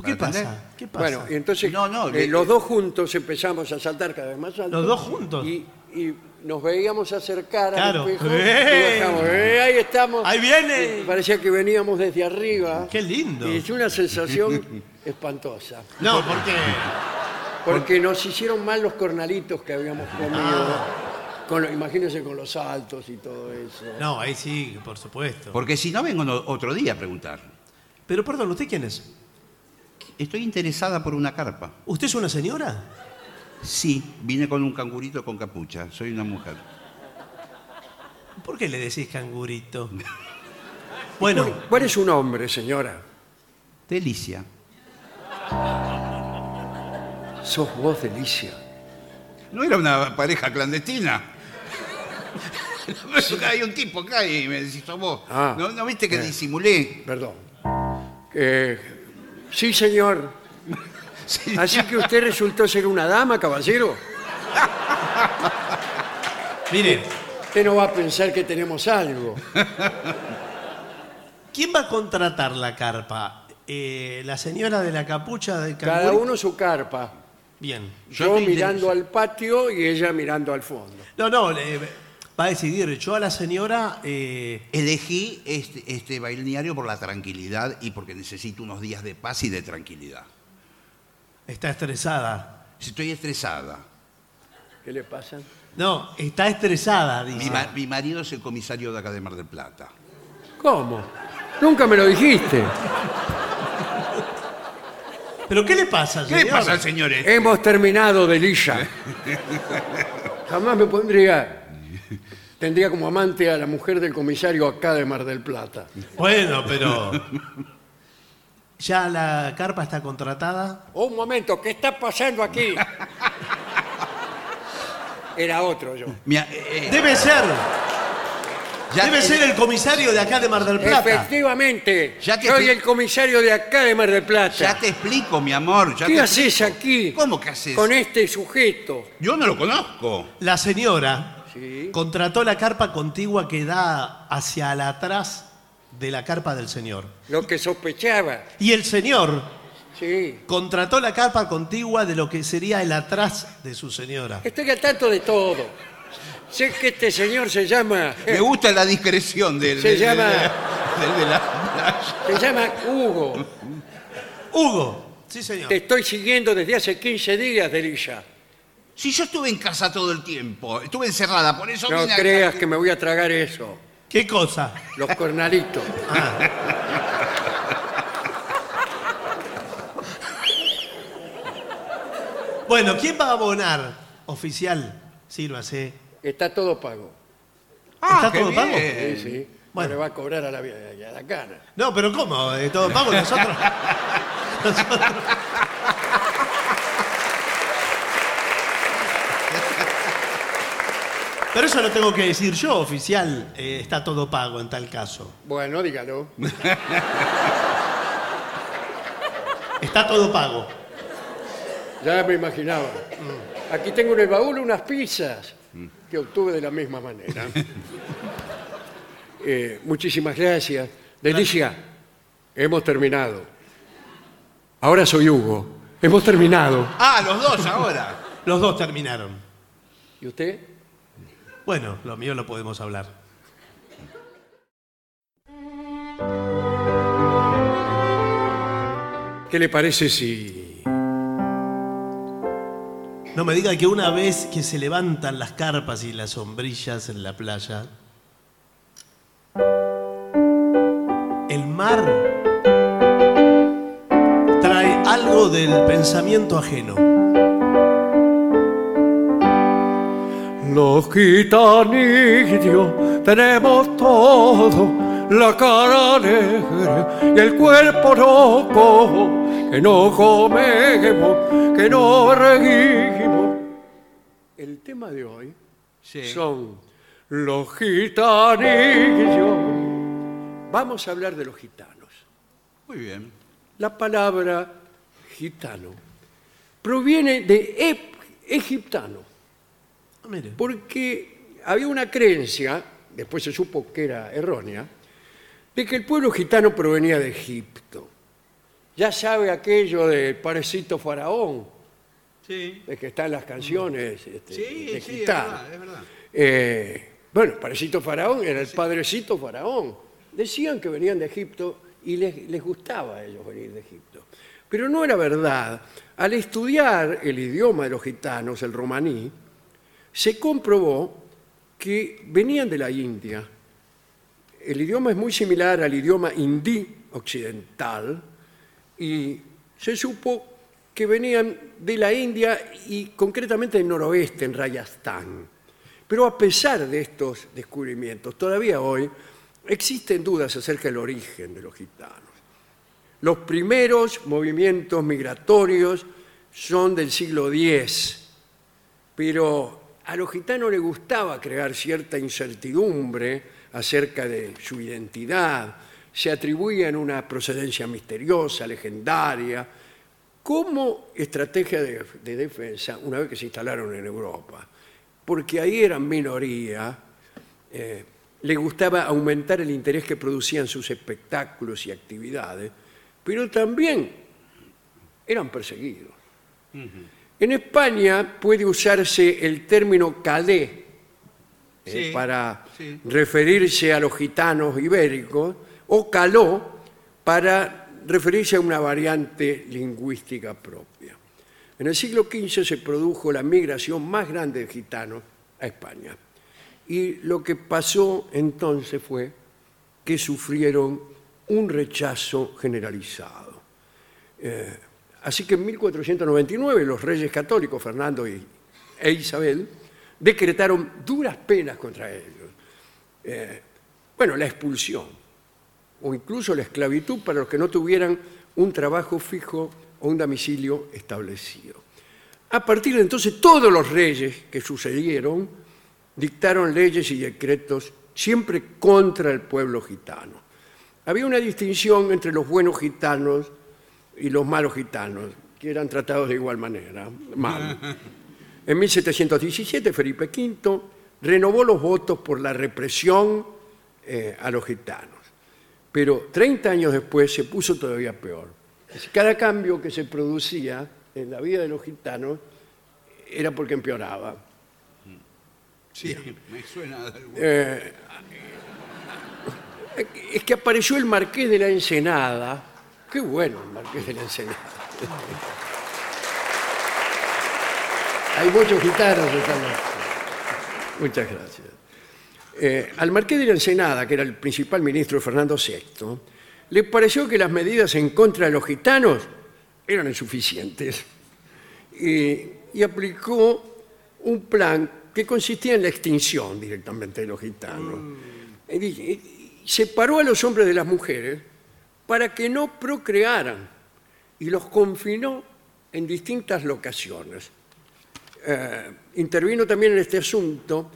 ¿Qué
para atender.
pasa? ¿Qué pasa?
bueno, y entonces
No, no,
eh,
le-
los dos juntos empezamos a saltar cada vez más alto.
Los dos juntos.
Y, y nos veíamos acercar
Claro.
al
<laughs>
espejo.
¡Eh!
Y bajamos. ¡Eh, ahí estamos.
¡Ahí viene!
Y parecía que veníamos desde arriba.
Qué lindo.
Y es una
<laughs>
sensación espantosa.
No, porque.
Porque nos hicieron mal los cornalitos que habíamos
Ah.
comido. Con lo- imagínense con los saltos y todo eso.
No, ahí sí, por supuesto.
Porque si no, vengo no- otro día a preguntar.
Pero perdón, ¿usted quién es?
Estoy interesada por una carpa.
¿Usted es una señora?
Sí, vine con un cangurito con capucha. Soy una mujer.
¿Por qué le decís
<laughs>
cangurito? Bueno,
¿Cuál es un hombre, señora?
Delicia.
Sos vos, Delicia.
No era una pareja clandestina. <laughs> Acá hay un tipo acá y me decís, "Sos vos.
Ah.
¿No, no viste que disimulé?
Perdón. Eh, sí, señor.
<laughs> Sí.
Así que usted resultó ser una dama, caballero.
mire,
Usted no va a pensar que tenemos algo.
¿quién va a contratar la carpa? Eh, ¿La señora de la capucha del cangurito?
Cada uno su carpa.
Bien.
Yo
Yo estoy
mirando
interesado.
al patio y ella mirando al fondo.
No, no, le- va a decidir. Yo a la señora. eh,
Elegí este, este balneario por la tranquilidad y porque necesito unos días de paz y de tranquilidad.
está estresada.
Si estoy estresada,
¿Qué le pasa?
No, está estresada, dice.
mi, ma- mi marido es el comisario de acá de Mar del Plata.
¿Cómo? Nunca me lo dijiste.
¿Pero qué le pasa,
¿Qué le
señora?
pasa al señor este?
Hemos terminado de
<laughs>
lilla. Jamás me pondría. Tendría como amante a la mujer del comisario acá de Mar del Plata.
Bueno,
<laughs>
pero. ¿Ya la carpa está contratada?
Un momento, ¿qué está pasando aquí? Era otro yo.
Mira, eh, eh,
Debe ser.
ya-
Debe ser el comisario de acá de Mar del Plata.
Efectivamente,
Ya te
soy
estoy-
el comisario de acá de Mar del
Ya
Plata.
te explico, mi amor. ya
¿Qué
te
haces
explico.
aquí
¿Cómo que haces?
con este sujeto?
Yo no lo conozco.
La señora
Sí.
contrató la carpa contigua que da hacia la atrás de la carpa del señor.
Lo que sospechaba.
Y el señor
Sí.
contrató la carpa contigua de lo que sería el atrás de su señora.
Estoy al tanto de todo. Sé que este señor se llama.
Me gusta la discreción del
Se
del-
llama-
del de la playa.
Se llama Hugo.
Hugo. Sí, señor.
Te estoy siguiendo desde hace 15 días, Delilla.
Si yo estuve en casa todo el tiempo, estuve encerrada, por eso
No
vine acá.
creas que me voy a tragar eso.
¿Qué cosa? Ah.
Los cornalitos.
<laughs>
Bueno, ¿quién va a abonar? Oficial, sírvase.
Está todo pago.
Ah,
¿Está
qué
todo pago?
bien.
Sí, sí.
bueno.
Em, No le va a cobrar a la, a la cara.
No, pero ¿cómo? Eh, todo pago nosotros. nosotros- Pero eso lo tengo que decir yo, oficial. Eh, está todo pago en tal caso.
Bueno, dígalo.
Está todo pago.
Ya me <laughs> imaginaba. Aquí tengo en el baúl unas pizzas que obtuve de la misma <laughs> manera. Eh, muchísimas gracias. Delicia, hemos terminado. Ahora soy Hugo. Hemos terminado.
Ah, los dos
<laughs>
ahora.
Los dos terminaron.
¿Y usted?
Bueno, lo mío lo podemos hablar.
¿Qué le parece si...
No me diga que una vez que se levantan las carpas y las sombrillas en la playa, el mar trae algo del pensamiento ajeno. Ah,
Los gitanillos tenemos todo, la cara negra y el cuerpo loco, que no comemos, que no reímos.
El tema de hoy
Sí.
son los gitanillos. Vamos a hablar de los gitanos.
Muy bien.
La palabra gitano proviene de ep- egiptano,
Ah, Mire,
porque había una creencia, después se supo que era errónea, de que el pueblo gitano provenía de Egipto. Ya sabe aquello del parecito faraón,
Sí.
de que están las canciones este, de gitano.
es verdad.
Eh, bueno, parecito faraón era el padrecito faraón. Decían que venían de Egipto y les, les gustaba a ellos venir de Egipto. Pero no era verdad. Al estudiar el idioma de los gitanos, el romaní, se comprobó que venían de la India. El idioma es muy similar al idioma hindi occidental y se supo que venían de la India y concretamente del noroeste, en Rayastán. Pero a pesar de estos descubrimientos, todavía hoy existen dudas acerca del origen de los gitanos. Los primeros movimientos migratorios son del siglo X, pero a los gitanos les gustaba crear cierta incertidumbre acerca de su identidad, se atribuían una procedencia misteriosa, legendaria, como estrategia de, de defensa una vez que se instalaron en Europa, porque ahí eran minoría, eh, le gustaba aumentar el interés que producían sus espectáculos y actividades, pero también eran perseguidos. En España puede usarse el término cadé eh,
Sí,
para
sí.
referirse a los gitanos ibéricos o caló para referirse a una variante lingüística propia. En el siglo XV se produjo la migración más grande de gitanos a España. Y lo que pasó entonces fue que sufrieron un rechazo generalizado. Así que en 1499 los reyes católicos, Fernando y- e Isabel, decretaron duras penas contra ellos. Eh, bueno, la expulsión o incluso la esclavitud para los que no tuvieran un trabajo fijo o un domicilio establecido. A partir de entonces todos los reyes que sucedieron dictaron leyes y decretos siempre contra el pueblo gitano. Había una distinción entre los buenos gitanos y los malos gitanos, que eran tratados de igual manera, mal. En 1717, Felipe V renovó los votos por la represión eh, a los gitanos. Pero 30 años después se puso todavía peor. Cada cambio que se producía en la vida de los gitanos era porque empeoraba.
Sí, me suena de algo.
Eh, es que apareció el Marqués de la Ensenada. Qué bueno el Marqués de la Ensenada. <laughs> Hay muchos gitanos que están aquí. Muchas gracias. Eh, al Marqués de la Ensenada, que era el principal ministro de Fernando VI, le pareció que las medidas en contra de los gitanos eran insuficientes y, y aplicó un plan que consistía en la extinción directamente de los gitanos. Y di- y eh, separó a los hombres de las mujeres para que no procrearan y los confinó en distintas locaciones. Eh, intervino también en este asunto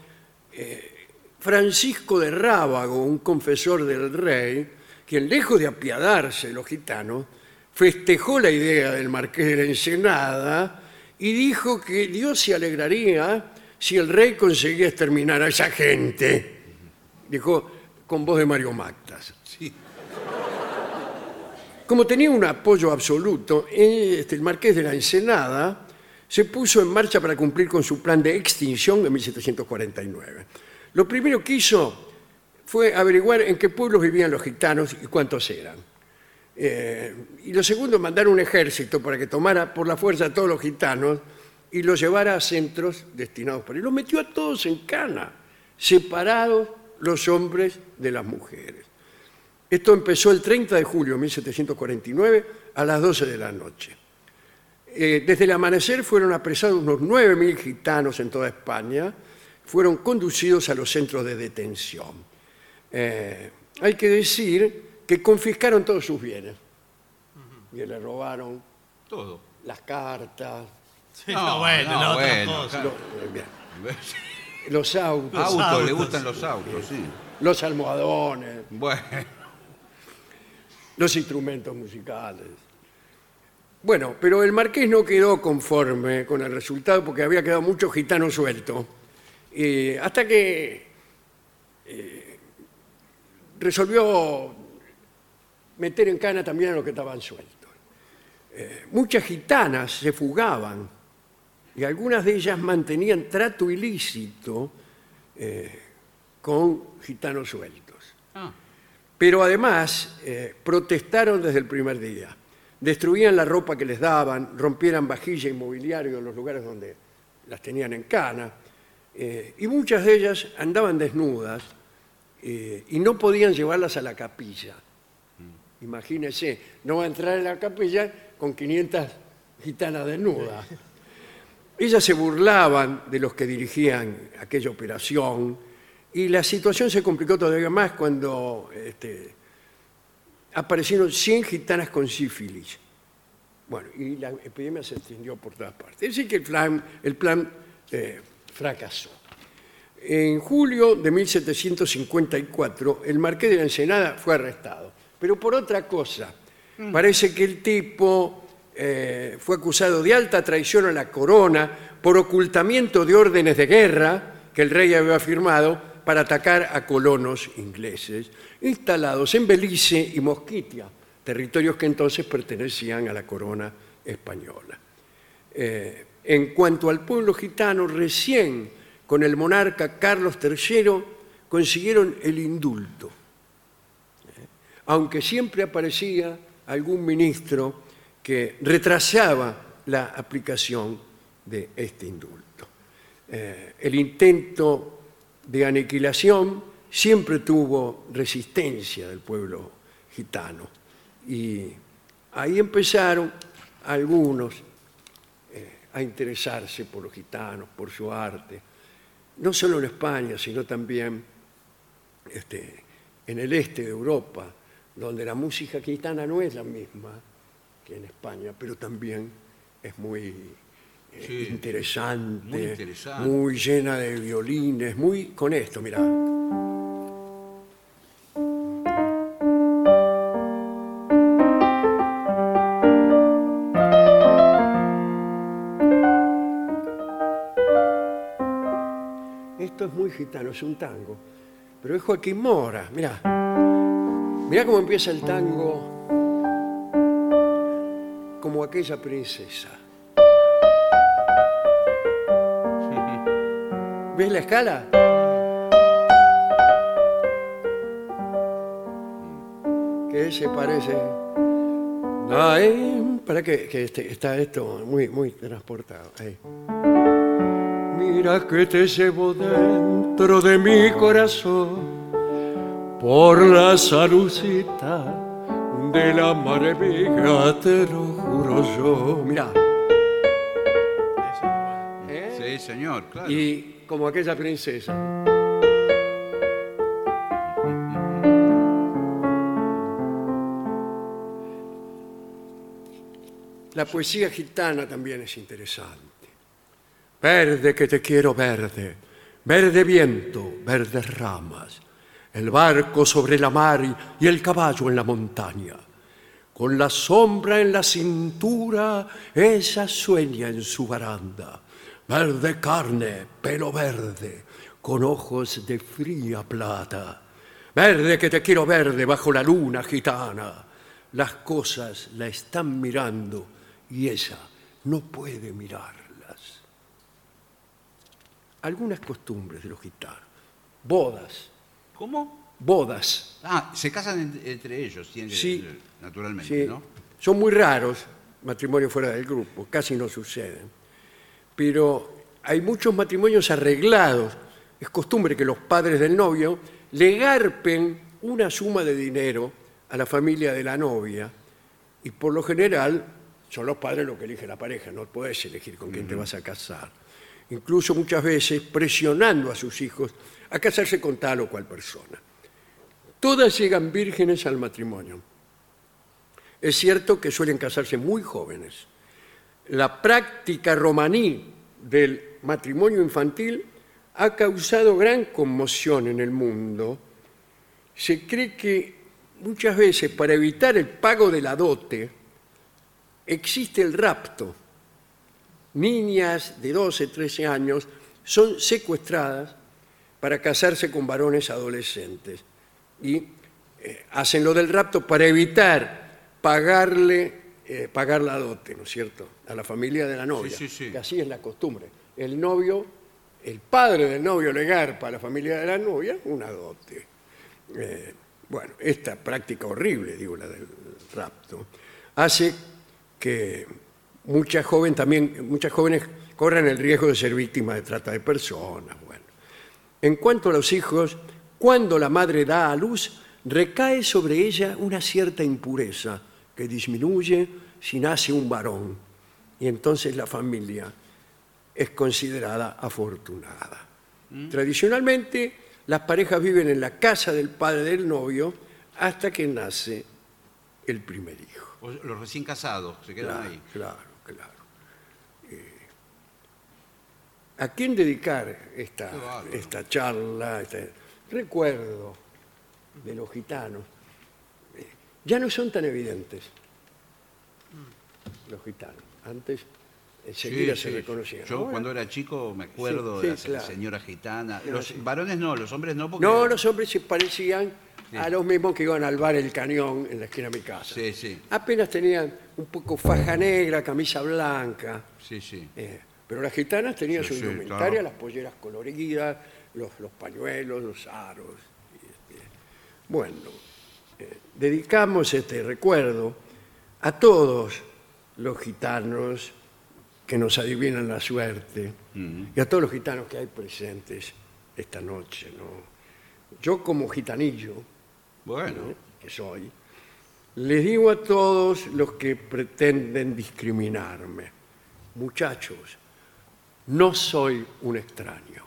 eh, Francisco de Rábago, un confesor del rey, quien lejos de apiadarse de los gitanos, festejó la idea del marqués de la Ensenada y dijo que Dios se alegraría si el rey conseguía exterminar a esa gente. Dijo con voz de Mario Mactas.
Sí.
Como tenía un apoyo absoluto, eh, este, el marqués de la Ensenada se puso en marcha para cumplir con su plan de extinción en 1749. Lo primero que hizo fue averiguar en qué pueblos vivían los gitanos y cuántos eran. Eh, y lo segundo, mandar un ejército para que tomara por la fuerza a todos los gitanos y los llevara a centros destinados para él. Los metió a todos en cana, separados los hombres de las mujeres. Esto empezó el 30 de julio de 1749 a las 12 de la noche. Eh, desde el amanecer fueron apresados unos 9.000 gitanos en toda España, fueron conducidos a los centros de detención. Eh, hay que decir que confiscaron todos sus bienes. Y le robaron
Todo.
las cartas,
Sí, no, bueno,
no,
la otra
bueno,
cosa.
claro.
lo- bien, los autos,
Autos, le
autos.
gustan los autos,
<laughs>
sí.
los almohadones,
Bueno,
los instrumentos musicales. Bueno, pero el marqués no quedó conforme con el resultado porque había quedado mucho gitano suelto. Y hasta que eh, resolvió meter en cana también a los que estaban sueltos. Eh, muchas gitanas se fugaban y algunas de ellas mantenían trato ilícito eh, con gitanos sueltos. Pero además eh, protestaron desde el primer día. Destruían la ropa que les daban, rompieran vajilla y mobiliario en los lugares donde las tenían en cana. eh, y muchas de ellas andaban desnudas eh, y no podían llevarlas a la capilla. Imagínense, no va a entrar en la capilla con 500 gitanas desnudas. Ellas se burlaban de los que dirigían aquella operación y la situación se complicó todavía más cuando este, aparecieron 100 gitanas con sífilis. Bueno, y la epidemia se extendió por todas partes. Es decir, que el plan, el plan eh, fracasó. En julio de 1754, el marqués de la Ensenada fue arrestado, pero por otra cosa. Parece que el tipo eh, fue acusado de alta traición a la corona por ocultamiento de órdenes de guerra que el rey había firmado para atacar a colonos ingleses instalados en Belice y Mosquitia, territorios que entonces pertenecían a la corona española. Eh, en cuanto al pueblo gitano, recién con el monarca Carlos III consiguieron el indulto. ¿Eh? Aunque siempre aparecía algún ministro que retrasaba la aplicación de este indulto. Eh, el intento de aniquilación siempre tuvo resistencia del pueblo gitano. Y ahí empezaron algunos a interesarse por los gitanos, por su arte, no solo en España, sino también este, en el este de Europa, donde la música gitana no es la misma que en España, pero también es muy eh,
Sí,
interesante,
muy interesante.
muy llena de violines, muy con esto, mirá. Esto es muy gitano, es un tango. Pero es Joaquín Mora, mirá. Mirá cómo empieza el tango. como aquella princesa. ¿Ves la escala? Que Mm. se parece. Ay, para que, que este- está esto muy, muy transportado. ahí. Mira que te llevo dentro de mi corazón por la salucita de la maravilla, te lo juro yo. Mira,
Sí, señor, claro.
Eh. y como aquella princesa. La poesía gitana también es interesante. Verde que te quiero verde, verde viento, verdes ramas, el barco sobre la mar y- y el caballo en la montaña. Con la sombra en la cintura, ella sueña en su baranda. Verde carne, pelo verde, con ojos de fría plata. Verde que te quiero verde bajo la luna gitana. Las cosas la están mirando y ella no puede mirarlas. Algunas costumbres de los gitanos. Bodas,
¿Cómo?
bodas.
Ah, se casan en- entre ellos, tienen que-
Sí.
naturalmente,
Sí.
¿no?
Son muy raros matrimonios fuera del grupo, casi no suceden. Pero hay muchos matrimonios arreglados. Es costumbre que los padres del novio le garpen una suma de dinero a la familia de la novia y por lo general son los padres los que eligen la pareja, no puedes elegir con quién te vas a casar. Incluso muchas veces presionando a sus hijos a casarse con tal o cual persona. Todas llegan vírgenes al matrimonio. Es cierto que suelen casarse muy jóvenes. La práctica romaní del matrimonio infantil ha causado gran conmoción en el mundo. Se cree que muchas veces para evitar el pago de la dote existe el rapto. Niñas de 12, 13 años son secuestradas para casarse con varones adolescentes y eh, hacen lo del rapto para evitar pagarle eh, pagar la dote, ¿no es cierto? A la familia de la novia.
sí, sí.
Que así es la costumbre. El novio, el padre del novio le garpa a la familia de la novia una dote. Eh, bueno, esta práctica horrible, digo, la del rapto, hace que muchas jóvenes también, muchas jóvenes corran el riesgo de ser víctimas de trata de personas. Bueno. En cuanto a los hijos, cuando la madre da a luz, recae sobre ella una cierta impureza que disminuye si nace un varón. Y entonces la familia es considerada afortunada. Tradicionalmente, las parejas viven en la casa del padre del novio hasta que nace el primer hijo.
O- Los recién casados se quedan
Claro,
ahí.
claro, claro. Eh, ¿A quién dedicar esta,
Qué bárbaro.
esta charla? este recuerdo de los gitanos. Eh, Ya no son tan evidentes los gitanos. Antes eh, enseguida
Sí,
se
sí.
reconocían.
Yo
Ahora-
cuando era chico me acuerdo
Sí,
de las
sí, claro.
señoras gitanas.
Pero
los
sí.
varones no, los hombres no. Porque...
No, los hombres se parecían a los mismos que iban al bar El Cañón en la esquina de mi casa.
Sí, sí,
Apenas tenían un poco faja negra, camisa blanca.
sí, sí.
Eh, pero las gitanas tenían
Sí,
su
sí,
indumentaria,
claro.
las polleras coloridas, los, los pañuelos, los aros. este. Bueno, eh, dedicamos este recuerdo a todos los gitanos que nos adivinan la suerte
Mm.
y a todos los gitanos que hay presentes esta noche. ¿no? Yo como gitanillo,
Bueno,
¿no? que soy, les digo a todos los que pretenden discriminarme, muchachos, no soy un extraño.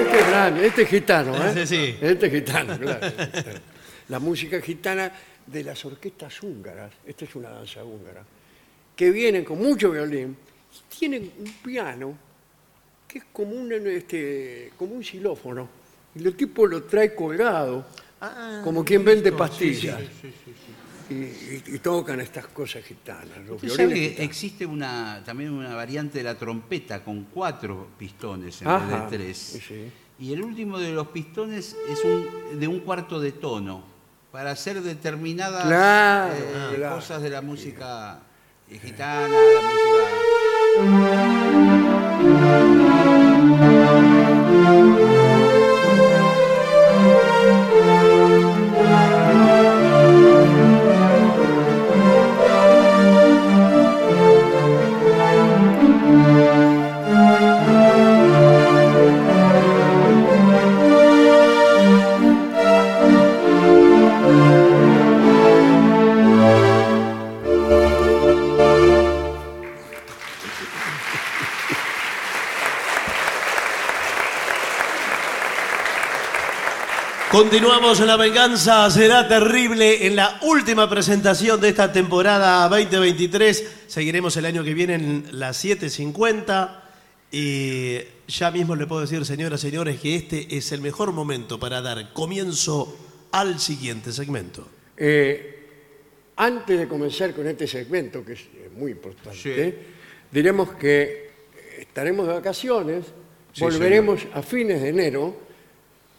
Este es grande, este es gitano, ¿eh?
Sí, sí.
Este es gitano, claro. La música gitana de las orquestas húngaras, esta es una danza húngara, que vienen con mucho violín, tienen un piano que es como un, este, como un xilófono. Y el tipo lo trae colgado,
Ah,
como quien vende
sí, sí,
pastillas. Y, y- y tocan estas cosas gitanas, los
Usted sabe
violines
que
gitanos.
existe una, también una variante de la trompeta con cuatro pistones en
Ajá,
vez de tres.
sí.
Y el último de los pistones es un, de un cuarto de tono para hacer determinadas
Claro,
eh,
claro.
cosas de la música eh, gitana, la música.
Continuamos en la venganza, será terrible en la última presentación de esta temporada 2023. Seguiremos el año que viene en las 7.50 y ya mismo le puedo decir, señoras y señores, que este es el mejor momento para dar comienzo al siguiente segmento.
Eh, antes de comenzar con este segmento, que es eh, muy importante,
Sí.
diremos que estaremos de vacaciones,
Sí,
volveremos a fines de enero,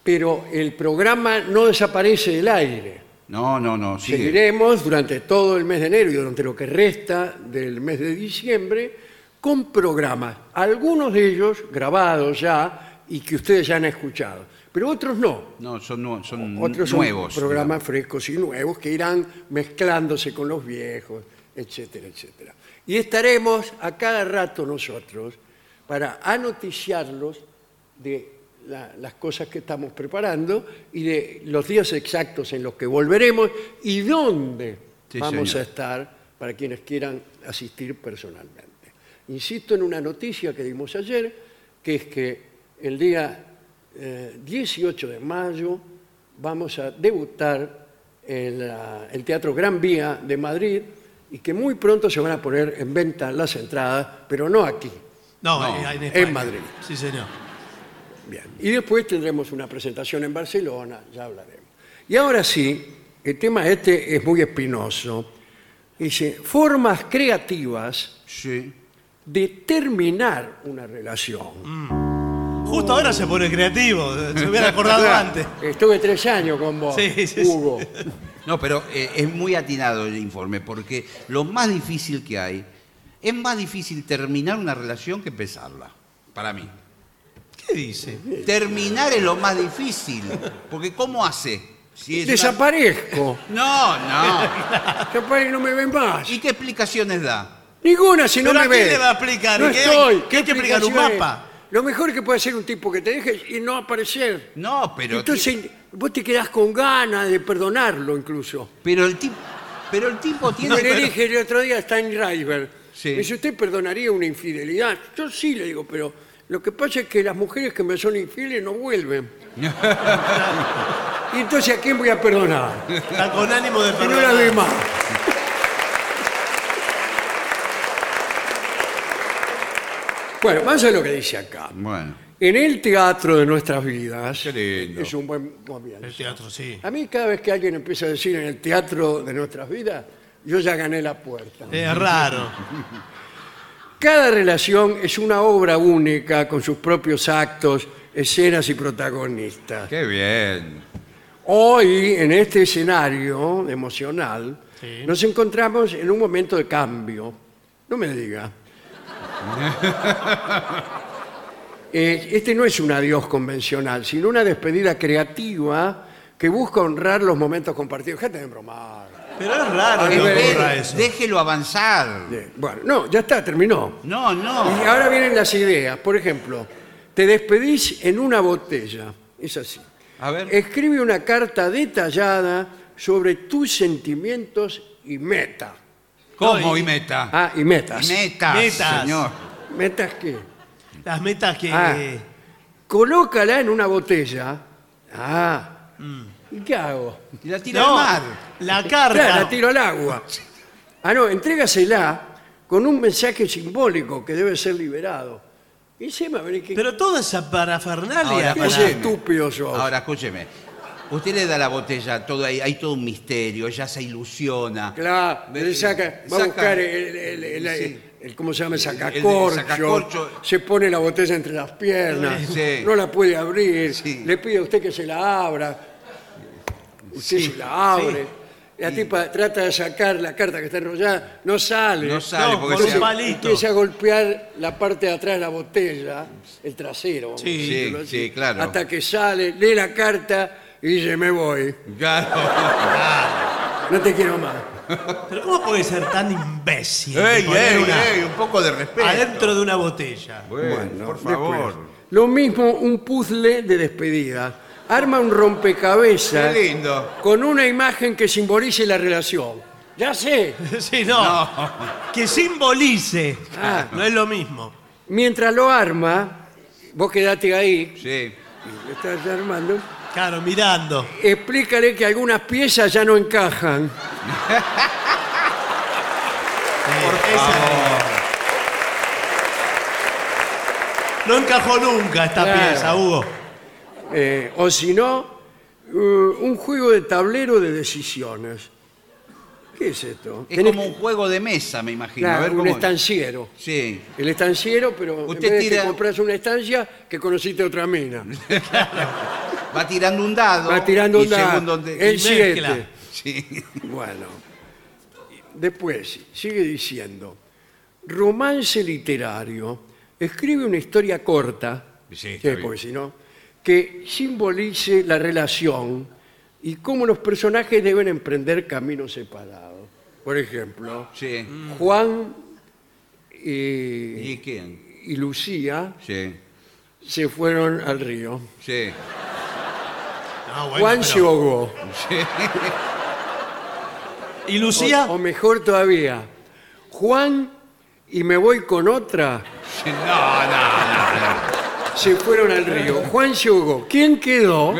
pero el programa no desaparece del aire.
No, no, no, sigue.
Seguiremos durante todo el mes de enero y durante lo que resta del mes de diciembre con programas, algunos de ellos grabados ya y que ustedes ya han escuchado, pero otros no.
No, son, nu- son
Otros
nuevos.
son programas frescos y nuevos que irán mezclándose con los viejos, etcétera, etcétera. Y estaremos a cada rato nosotros para anoticiarlos de la- las cosas que estamos preparando y de los días exactos en los que volveremos y dónde
Sí,
vamos
señor.
a estar para quienes quieran asistir personalmente. Insisto en una noticia que dimos ayer, que es que el día eh, 18 de mayo vamos a debutar en la- el Teatro Gran Vía de Madrid y que muy pronto se van a poner en venta las entradas, pero no aquí.
No,
No,
eh, en,
en
España.
Madrid.
Sí, señor.
Bien. Y después tendremos una presentación en Barcelona, ya hablaremos. Y ahora sí, el tema este es muy espinoso. Dice, formas creativas
Sí.
de terminar una relación.
Justo ahora se pone creativo, se hubiera acordado <laughs> antes.
Estuve tres años con vos,
Sí, sí, sí.
Hugo.
No, pero eh, es muy atinado el informe, porque lo más difícil que hay, es más difícil terminar una relación que empezarla, para mí.
¿Qué dice?
Terminar es lo más difícil, porque ¿cómo hace? Si es una-
Desaparezco.
No, no.
Desaparezco, no me ven más.
¿Y qué explicaciones da?
Ninguna si no
¿Pero
me
a quién
ve.
le va a explicar?
No
¿Qué hay-
estoy.
qué hay que explicar? ¿Un
explicaciones?
mapa?
Lo mejor que puede hacer un tipo que te deje es- y no aparecer.
No, pero...
Entonces vos te quedás con ganas de perdonarlo incluso.
Pero el tipo... <laughs> Pero el tipo tiene...
No, le dije el otro día a Steinreiber.
Sí.
Me dice, ¿usted perdonaría una infidelidad? Yo sí, le digo, pero lo que pasa es que las mujeres que me son infieles no
<laughs>
vuelven. y entonces, ¿a quién voy a perdonar?
Está con <laughs> ánimo de
Que no la
perdonar.
ve más. Bueno, más a lo que dice acá.
Bueno.
En el teatro de nuestras vidas
Qué lindo.
es un buen comienzo.
El teatro, sí.
A mí cada vez que alguien empieza a decir en el teatro de nuestras vidas, yo ya gané la puerta.
Es raro.
Cada relación es una obra única con sus propios actos, escenas y protagonistas.
Qué bien.
Hoy, en este escenario emocional,
Sí.
nos encontramos en un momento de cambio. No me diga. Eh, este no es un adiós convencional, sino una despedida creativa que busca honrar los momentos compartidos. Déjate de bromar.
Pero es raro que
Espere,
ocurra eso.
déjelo avanzar.
Bien, Bueno, no, ya está, terminó.
No,
Y
no.
ahora vienen las ideas. Por ejemplo, te despedís en una botella. Es así.
A
Eh,
ver.
Escribe una carta detallada sobre tus sentimientos y meta.
¿Cómo y meta?
Ah, y metas.
Metas,
Metas.
señor.
¿Metas qué?
Las metas que.
Ah. Colócala en una botella. Ah. ¿Y qué hago?
Y la tira
No,
al mar.
la carta.
Claro, la tiro al agua. Ah, no, entrégasela con un mensaje simbólico que debe ser liberado. Y sí, Maverick, ¿qué-
Pero toda esa parafernalia.
Ahora,
qué
para-
pará.
estúpido sos.
Ahora, escúcheme. Usted le da la botella, todo ahí, hay todo un misterio, ella se ilusiona.
Claro,
Ve-
le saca, va a
saca-
buscar el, el- el- el-
Sí.
el- ¿cómo se llama? El
el
sacacorcho.
sacacorcho.
Se pone la botella entre las piernas.
Sí.
No la puede abrir.
Sí.
Le pide a usted que se la abra. Usted se la abre. La tipa trata de sacar la carta que está enrollada. No sale.
No sale
No,
porque
por un
se-
palo. palito.
Empieza a golpear la parte de atrás de la botella, el trasero. vamos a
Sí. Sí,
decirlo así,
sí, claro.
Hasta que sale, lee la carta y dice, me voy.
Claro.
No te quiero más.
Pero ¿cómo puede ser tan imbécil? de
Ey,
poner
ey,
una-
ey, un poco de respeto.
Adentro de una botella.
Bueno, por favor.
después. Lo mismo un puzzle de despedida. Arma un rompecabezas
Qué lindo.
con una imagen que simbolice la relación. Ya sé,
<laughs> Sí, no. Que simbolice.
Ah.
No es lo mismo.
mientras lo arma, vos quedate ahí,
Sí.
lo estás armando,
Claro, mirando.
explícale que algunas piezas ya no encajan.
Por No encajó nunca esta
Claro.
pieza, Hugo.
Eh, o si no, eh, un juego de tablero de decisiones. ¿Qué es esto?
Es
Tenés
como un juego de mesa, me imagino.
claro,
a ver
un
cómo es.
estanciero.
Sí.
El estanciero, pero
Usted
en vez de que
tira-
compras una estancia, que conociste otra
<laughs>
mina.
Va tirando un dado.
Va tirando
y
un dado.
según donde-
El
y
siete.
mezcla.
Sí. <laughs>
Bueno. Después, sigue diciendo, romance literario, escribe una historia corta,
Sí, está
que,
bien.
porque si no, que simbolice la relación y cómo los personajes deben emprender caminos separados. Por ejemplo,
Sí.
Mm. Juan y-
¿Y quién?
y Lucía
Sí.
se fueron al río.
Sí.
No, bueno,
Juan
pero-
se ahogó.
¿Y
O,
Lucía?
o mejor todavía, Juan y me voy con otra
No, no, no. no.
se fueron al río. Juan se ahogó. ¿Quién quedó?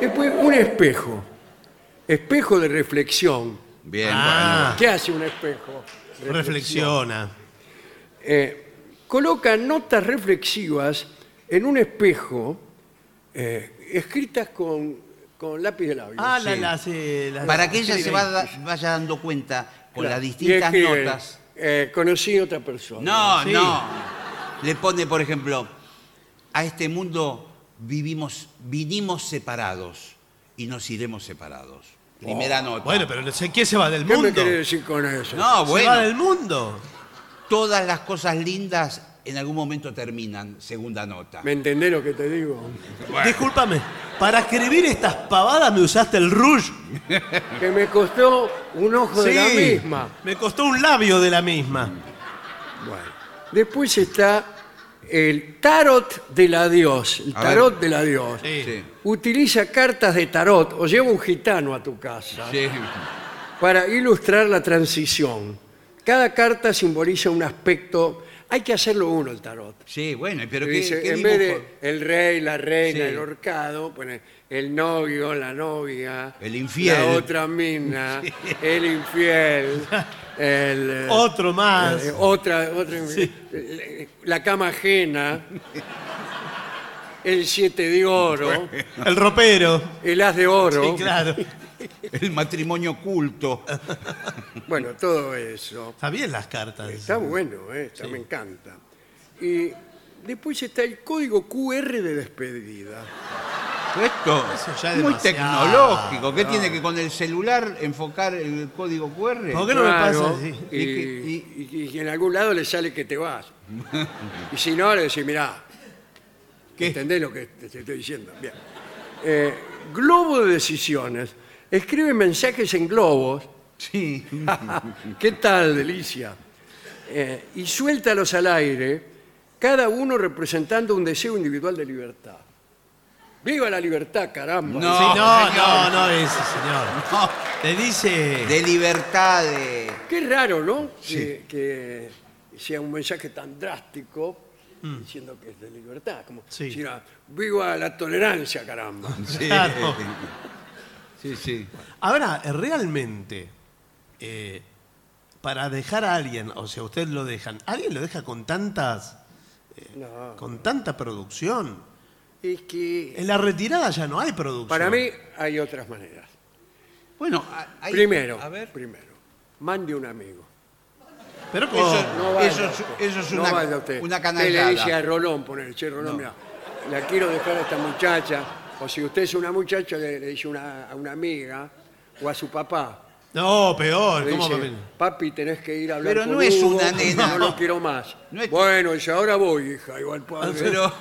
Después, un espejo. Espejo de reflexión.
Bien,
Ah.
¿Qué hace un espejo?
Reflexiona.
eh, coloca notas reflexivas en un espejo eh, escritas con, con lápiz de labio.
Ah, la,
Sí.
la, sí, la-
bueno. Para que ella
sí,
se va da- vaya dando cuenta con
Claro.
las
Y
distintas
escribe,
notas.
eh, conocí a otra persona.
No,
Sí.
no. Le pone, por ejemplo, a este mundo vivimos, vinimos separados y nos iremos separados. Primera nota.
Oh. Bueno, pero no sé qué se va del
¿Qué me
mundo.
querés decir con eso?
no,
Se va del
Ah, bueno.
mundo.
Todas las cosas lindas en algún momento terminan. Segunda nota.
¿Me entendés lo que te digo?
Discúlpame. Para escribir estas pavadas me usaste el rouge.
Que me costó un ojo de la misma.
Me costó un labio de la misma.
Bueno. Después está el tarot del adiós. El
A ver.
tarot del adiós.
Sí.
Sí.
Utiliza cartas de tarot o lleva un gitano a tu casa.
Sí.
para ilustrar la transición. Cada carta simboliza un aspecto. Hay que hacerlo uno el tarot.
Sí, bueno, pero
Que
¿qué,
dice,
qué
en vez
dibujo?
de el rey, la reina,
Sí.
el horcado, pone el novio, la novia,
El infiel.
la otra
<laughs>
mina, el infiel, el, eh,
Otro más.
eh, otra, otra- la cama ajena, el siete de oro,
El ropero.
el as de oro. <laughs>
Sí, claro.
El matrimonio
<laughs>
oculto.
Bueno, todo eso.
Está bien las cartas.
Está bueno, eh, está- me encanta. Y después está el código QR de despedida.
Esto
Eso ya es
es muy
demasiado.
tecnológico. ¿Qué tiene que con el celular enfocar el código QR?
¿Por qué no me
Claro,
pasa así?
Y, y- y en algún lado le sale que te
<laughs>
vas. y si no, le decís, mirá, ¿entendés lo que te te estoy diciendo? Bien. Eh, globo de decisiones. Escribe mensajes en
<laughs>
globos.
Sí.
¿Qué tal, delicia? Eh, y suéltalos al aire, cada uno representando un deseo individual de libertad. ¡Viva la libertad, caramba!
No.
Sí, no,
señor.
no, no, ese señor. Te dice.
De libertad de.
Qué raro, ¿no? Que, que sea un mensaje tan drástico
Mm.
diciendo que es de libertad. Como,
Sí.
si era, ¡Viva la tolerancia,
Mm.
caramba!
Sí.
Claro.
Sí, sí.
Ahora, eh, realmente, eh, para dejar a alguien, o sea, ustedes lo dejan, alguien lo deja con tantas,
No.
con tanta producción.
Es que
En la retirada ya no hay producción.
para mí hay otras maneras.
Bueno, a- hay-
primero,
A ver.
primero, mande un amigo.
Pero ¿cómo?
Eso,
No vaya
eso es-
usted.
eso es
No
una,
vaya usted.
una
Usted le dice a
canallada.
Rolón, poner, che, Rolón, mirá, la quiero dejar a esta muchacha. O si usted es una muchacha, le, le dice una- a una amiga o a su papá.
No, peor.
Le
¿Cómo
dice,
va a venir?
papi, tenés que ir a hablar
Pero
con
no es
Hugo,
una nena.
No lo quiero más.
No es-
Bueno, y ahora voy, hija,
<laughs>
igual padre.
Pero,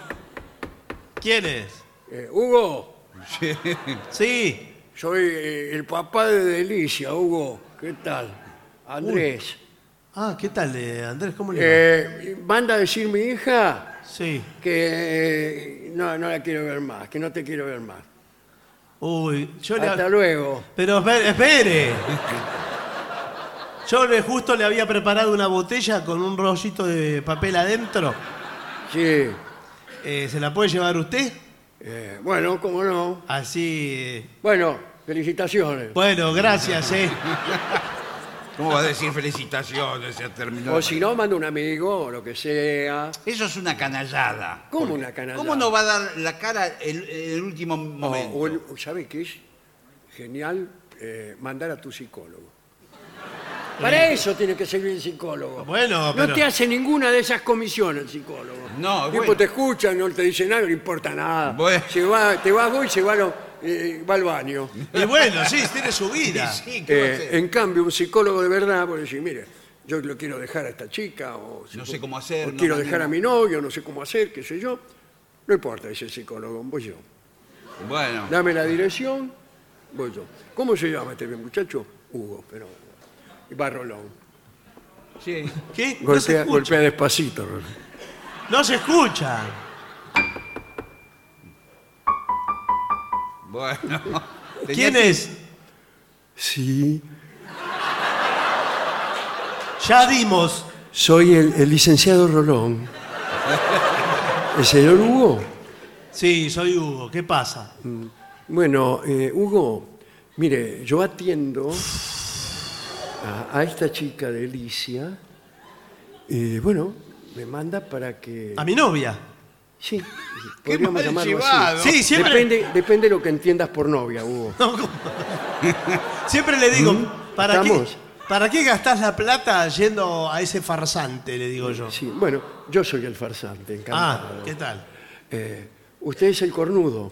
¿Quién es?
Eh, Hugo,
Sí.
soy eh, el papá de Delicia, Hugo. ¿Qué tal? Andrés.
Ah, ¿qué tal, eh, Andrés? ¿Cómo le va?
Eh, manda a decir mi hija
Sí.
que eh, no, no la quiero ver más, que no te quiero ver más.
Uy, yo le...
Hasta luego.
Pero espe- espere. Yo le- justo le había preparado una botella con un rollito de papel adentro.
Sí.
Eh, ¿Se la puede llevar usted?
Eh, bueno, cómo no.
Así. eh,
Bueno, felicitaciones.
Bueno, gracias, eh.
¿cómo va a decir felicitaciones? Se terminó.
O si no, manda un amigo o lo que sea.
Eso es una canallada.
¿Cómo
Porque,
una canallada? Oh,
¿Cómo no va a dar la cara el, el último
O,
momento?
o el- ¿Sabe qué es genial? Eh, mandar a tu psicólogo. Para eso tiene que servir el psicólogo.
Bueno,
No
pero-
te hace ninguna de esas comisiones el psicólogo.
No,
El tipo
bueno.
te escucha, no te dice nada, no importa nada.
Bueno.
Se va, te vas vos y se va, lo- eh, va al baño.
Y bueno, sí, tiene su vida.
<laughs> Sí, ¿qué va a
Eh,
hacer?
en cambio, un psicólogo de verdad puede decir, mire, yo lo quiero dejar a esta chica, o
No sé cómo hacer,
o
no
quiero
me
dejar a
animo".
mi novio, no sé cómo hacer, qué sé yo. No importa, dice el psicólogo, voy yo.
Bueno,
Dame la dirección, voy yo. ¿Cómo se llama este muchacho? Hugo, pero Barrolón.
sí.
¿Qué? No se
Golpea,
escucha.
golpea despacito.
No se escucha.
<laughs>
Bueno. Tenía
¿Quién
que-
es?
Sí,
Ya dimos.
soy el, el licenciado Rolón. <laughs> ¿El señor Hugo?
Sí, soy Hugo. ¿Qué pasa?
Bueno, eh, Hugo, mire, yo atiendo a, a esta chica de Alicia. eh, bueno, me manda para que.
A mi novia.
Sí,
Qué
podríamos
mal
llamarlo
llevado.
así.
Sí, siempre.
Depende, depende lo que entiendas por novia, Hugo.
<laughs> No, ¿cómo? Siempre le digo, ¿para qué,
Mm, Estamos.
¿para qué gastás la plata yendo a ese farsante? Le digo yo.
Sí, bueno, yo soy el farsante, encantado.
Ah, ¿qué tal?
Eh, usted es el cornudo.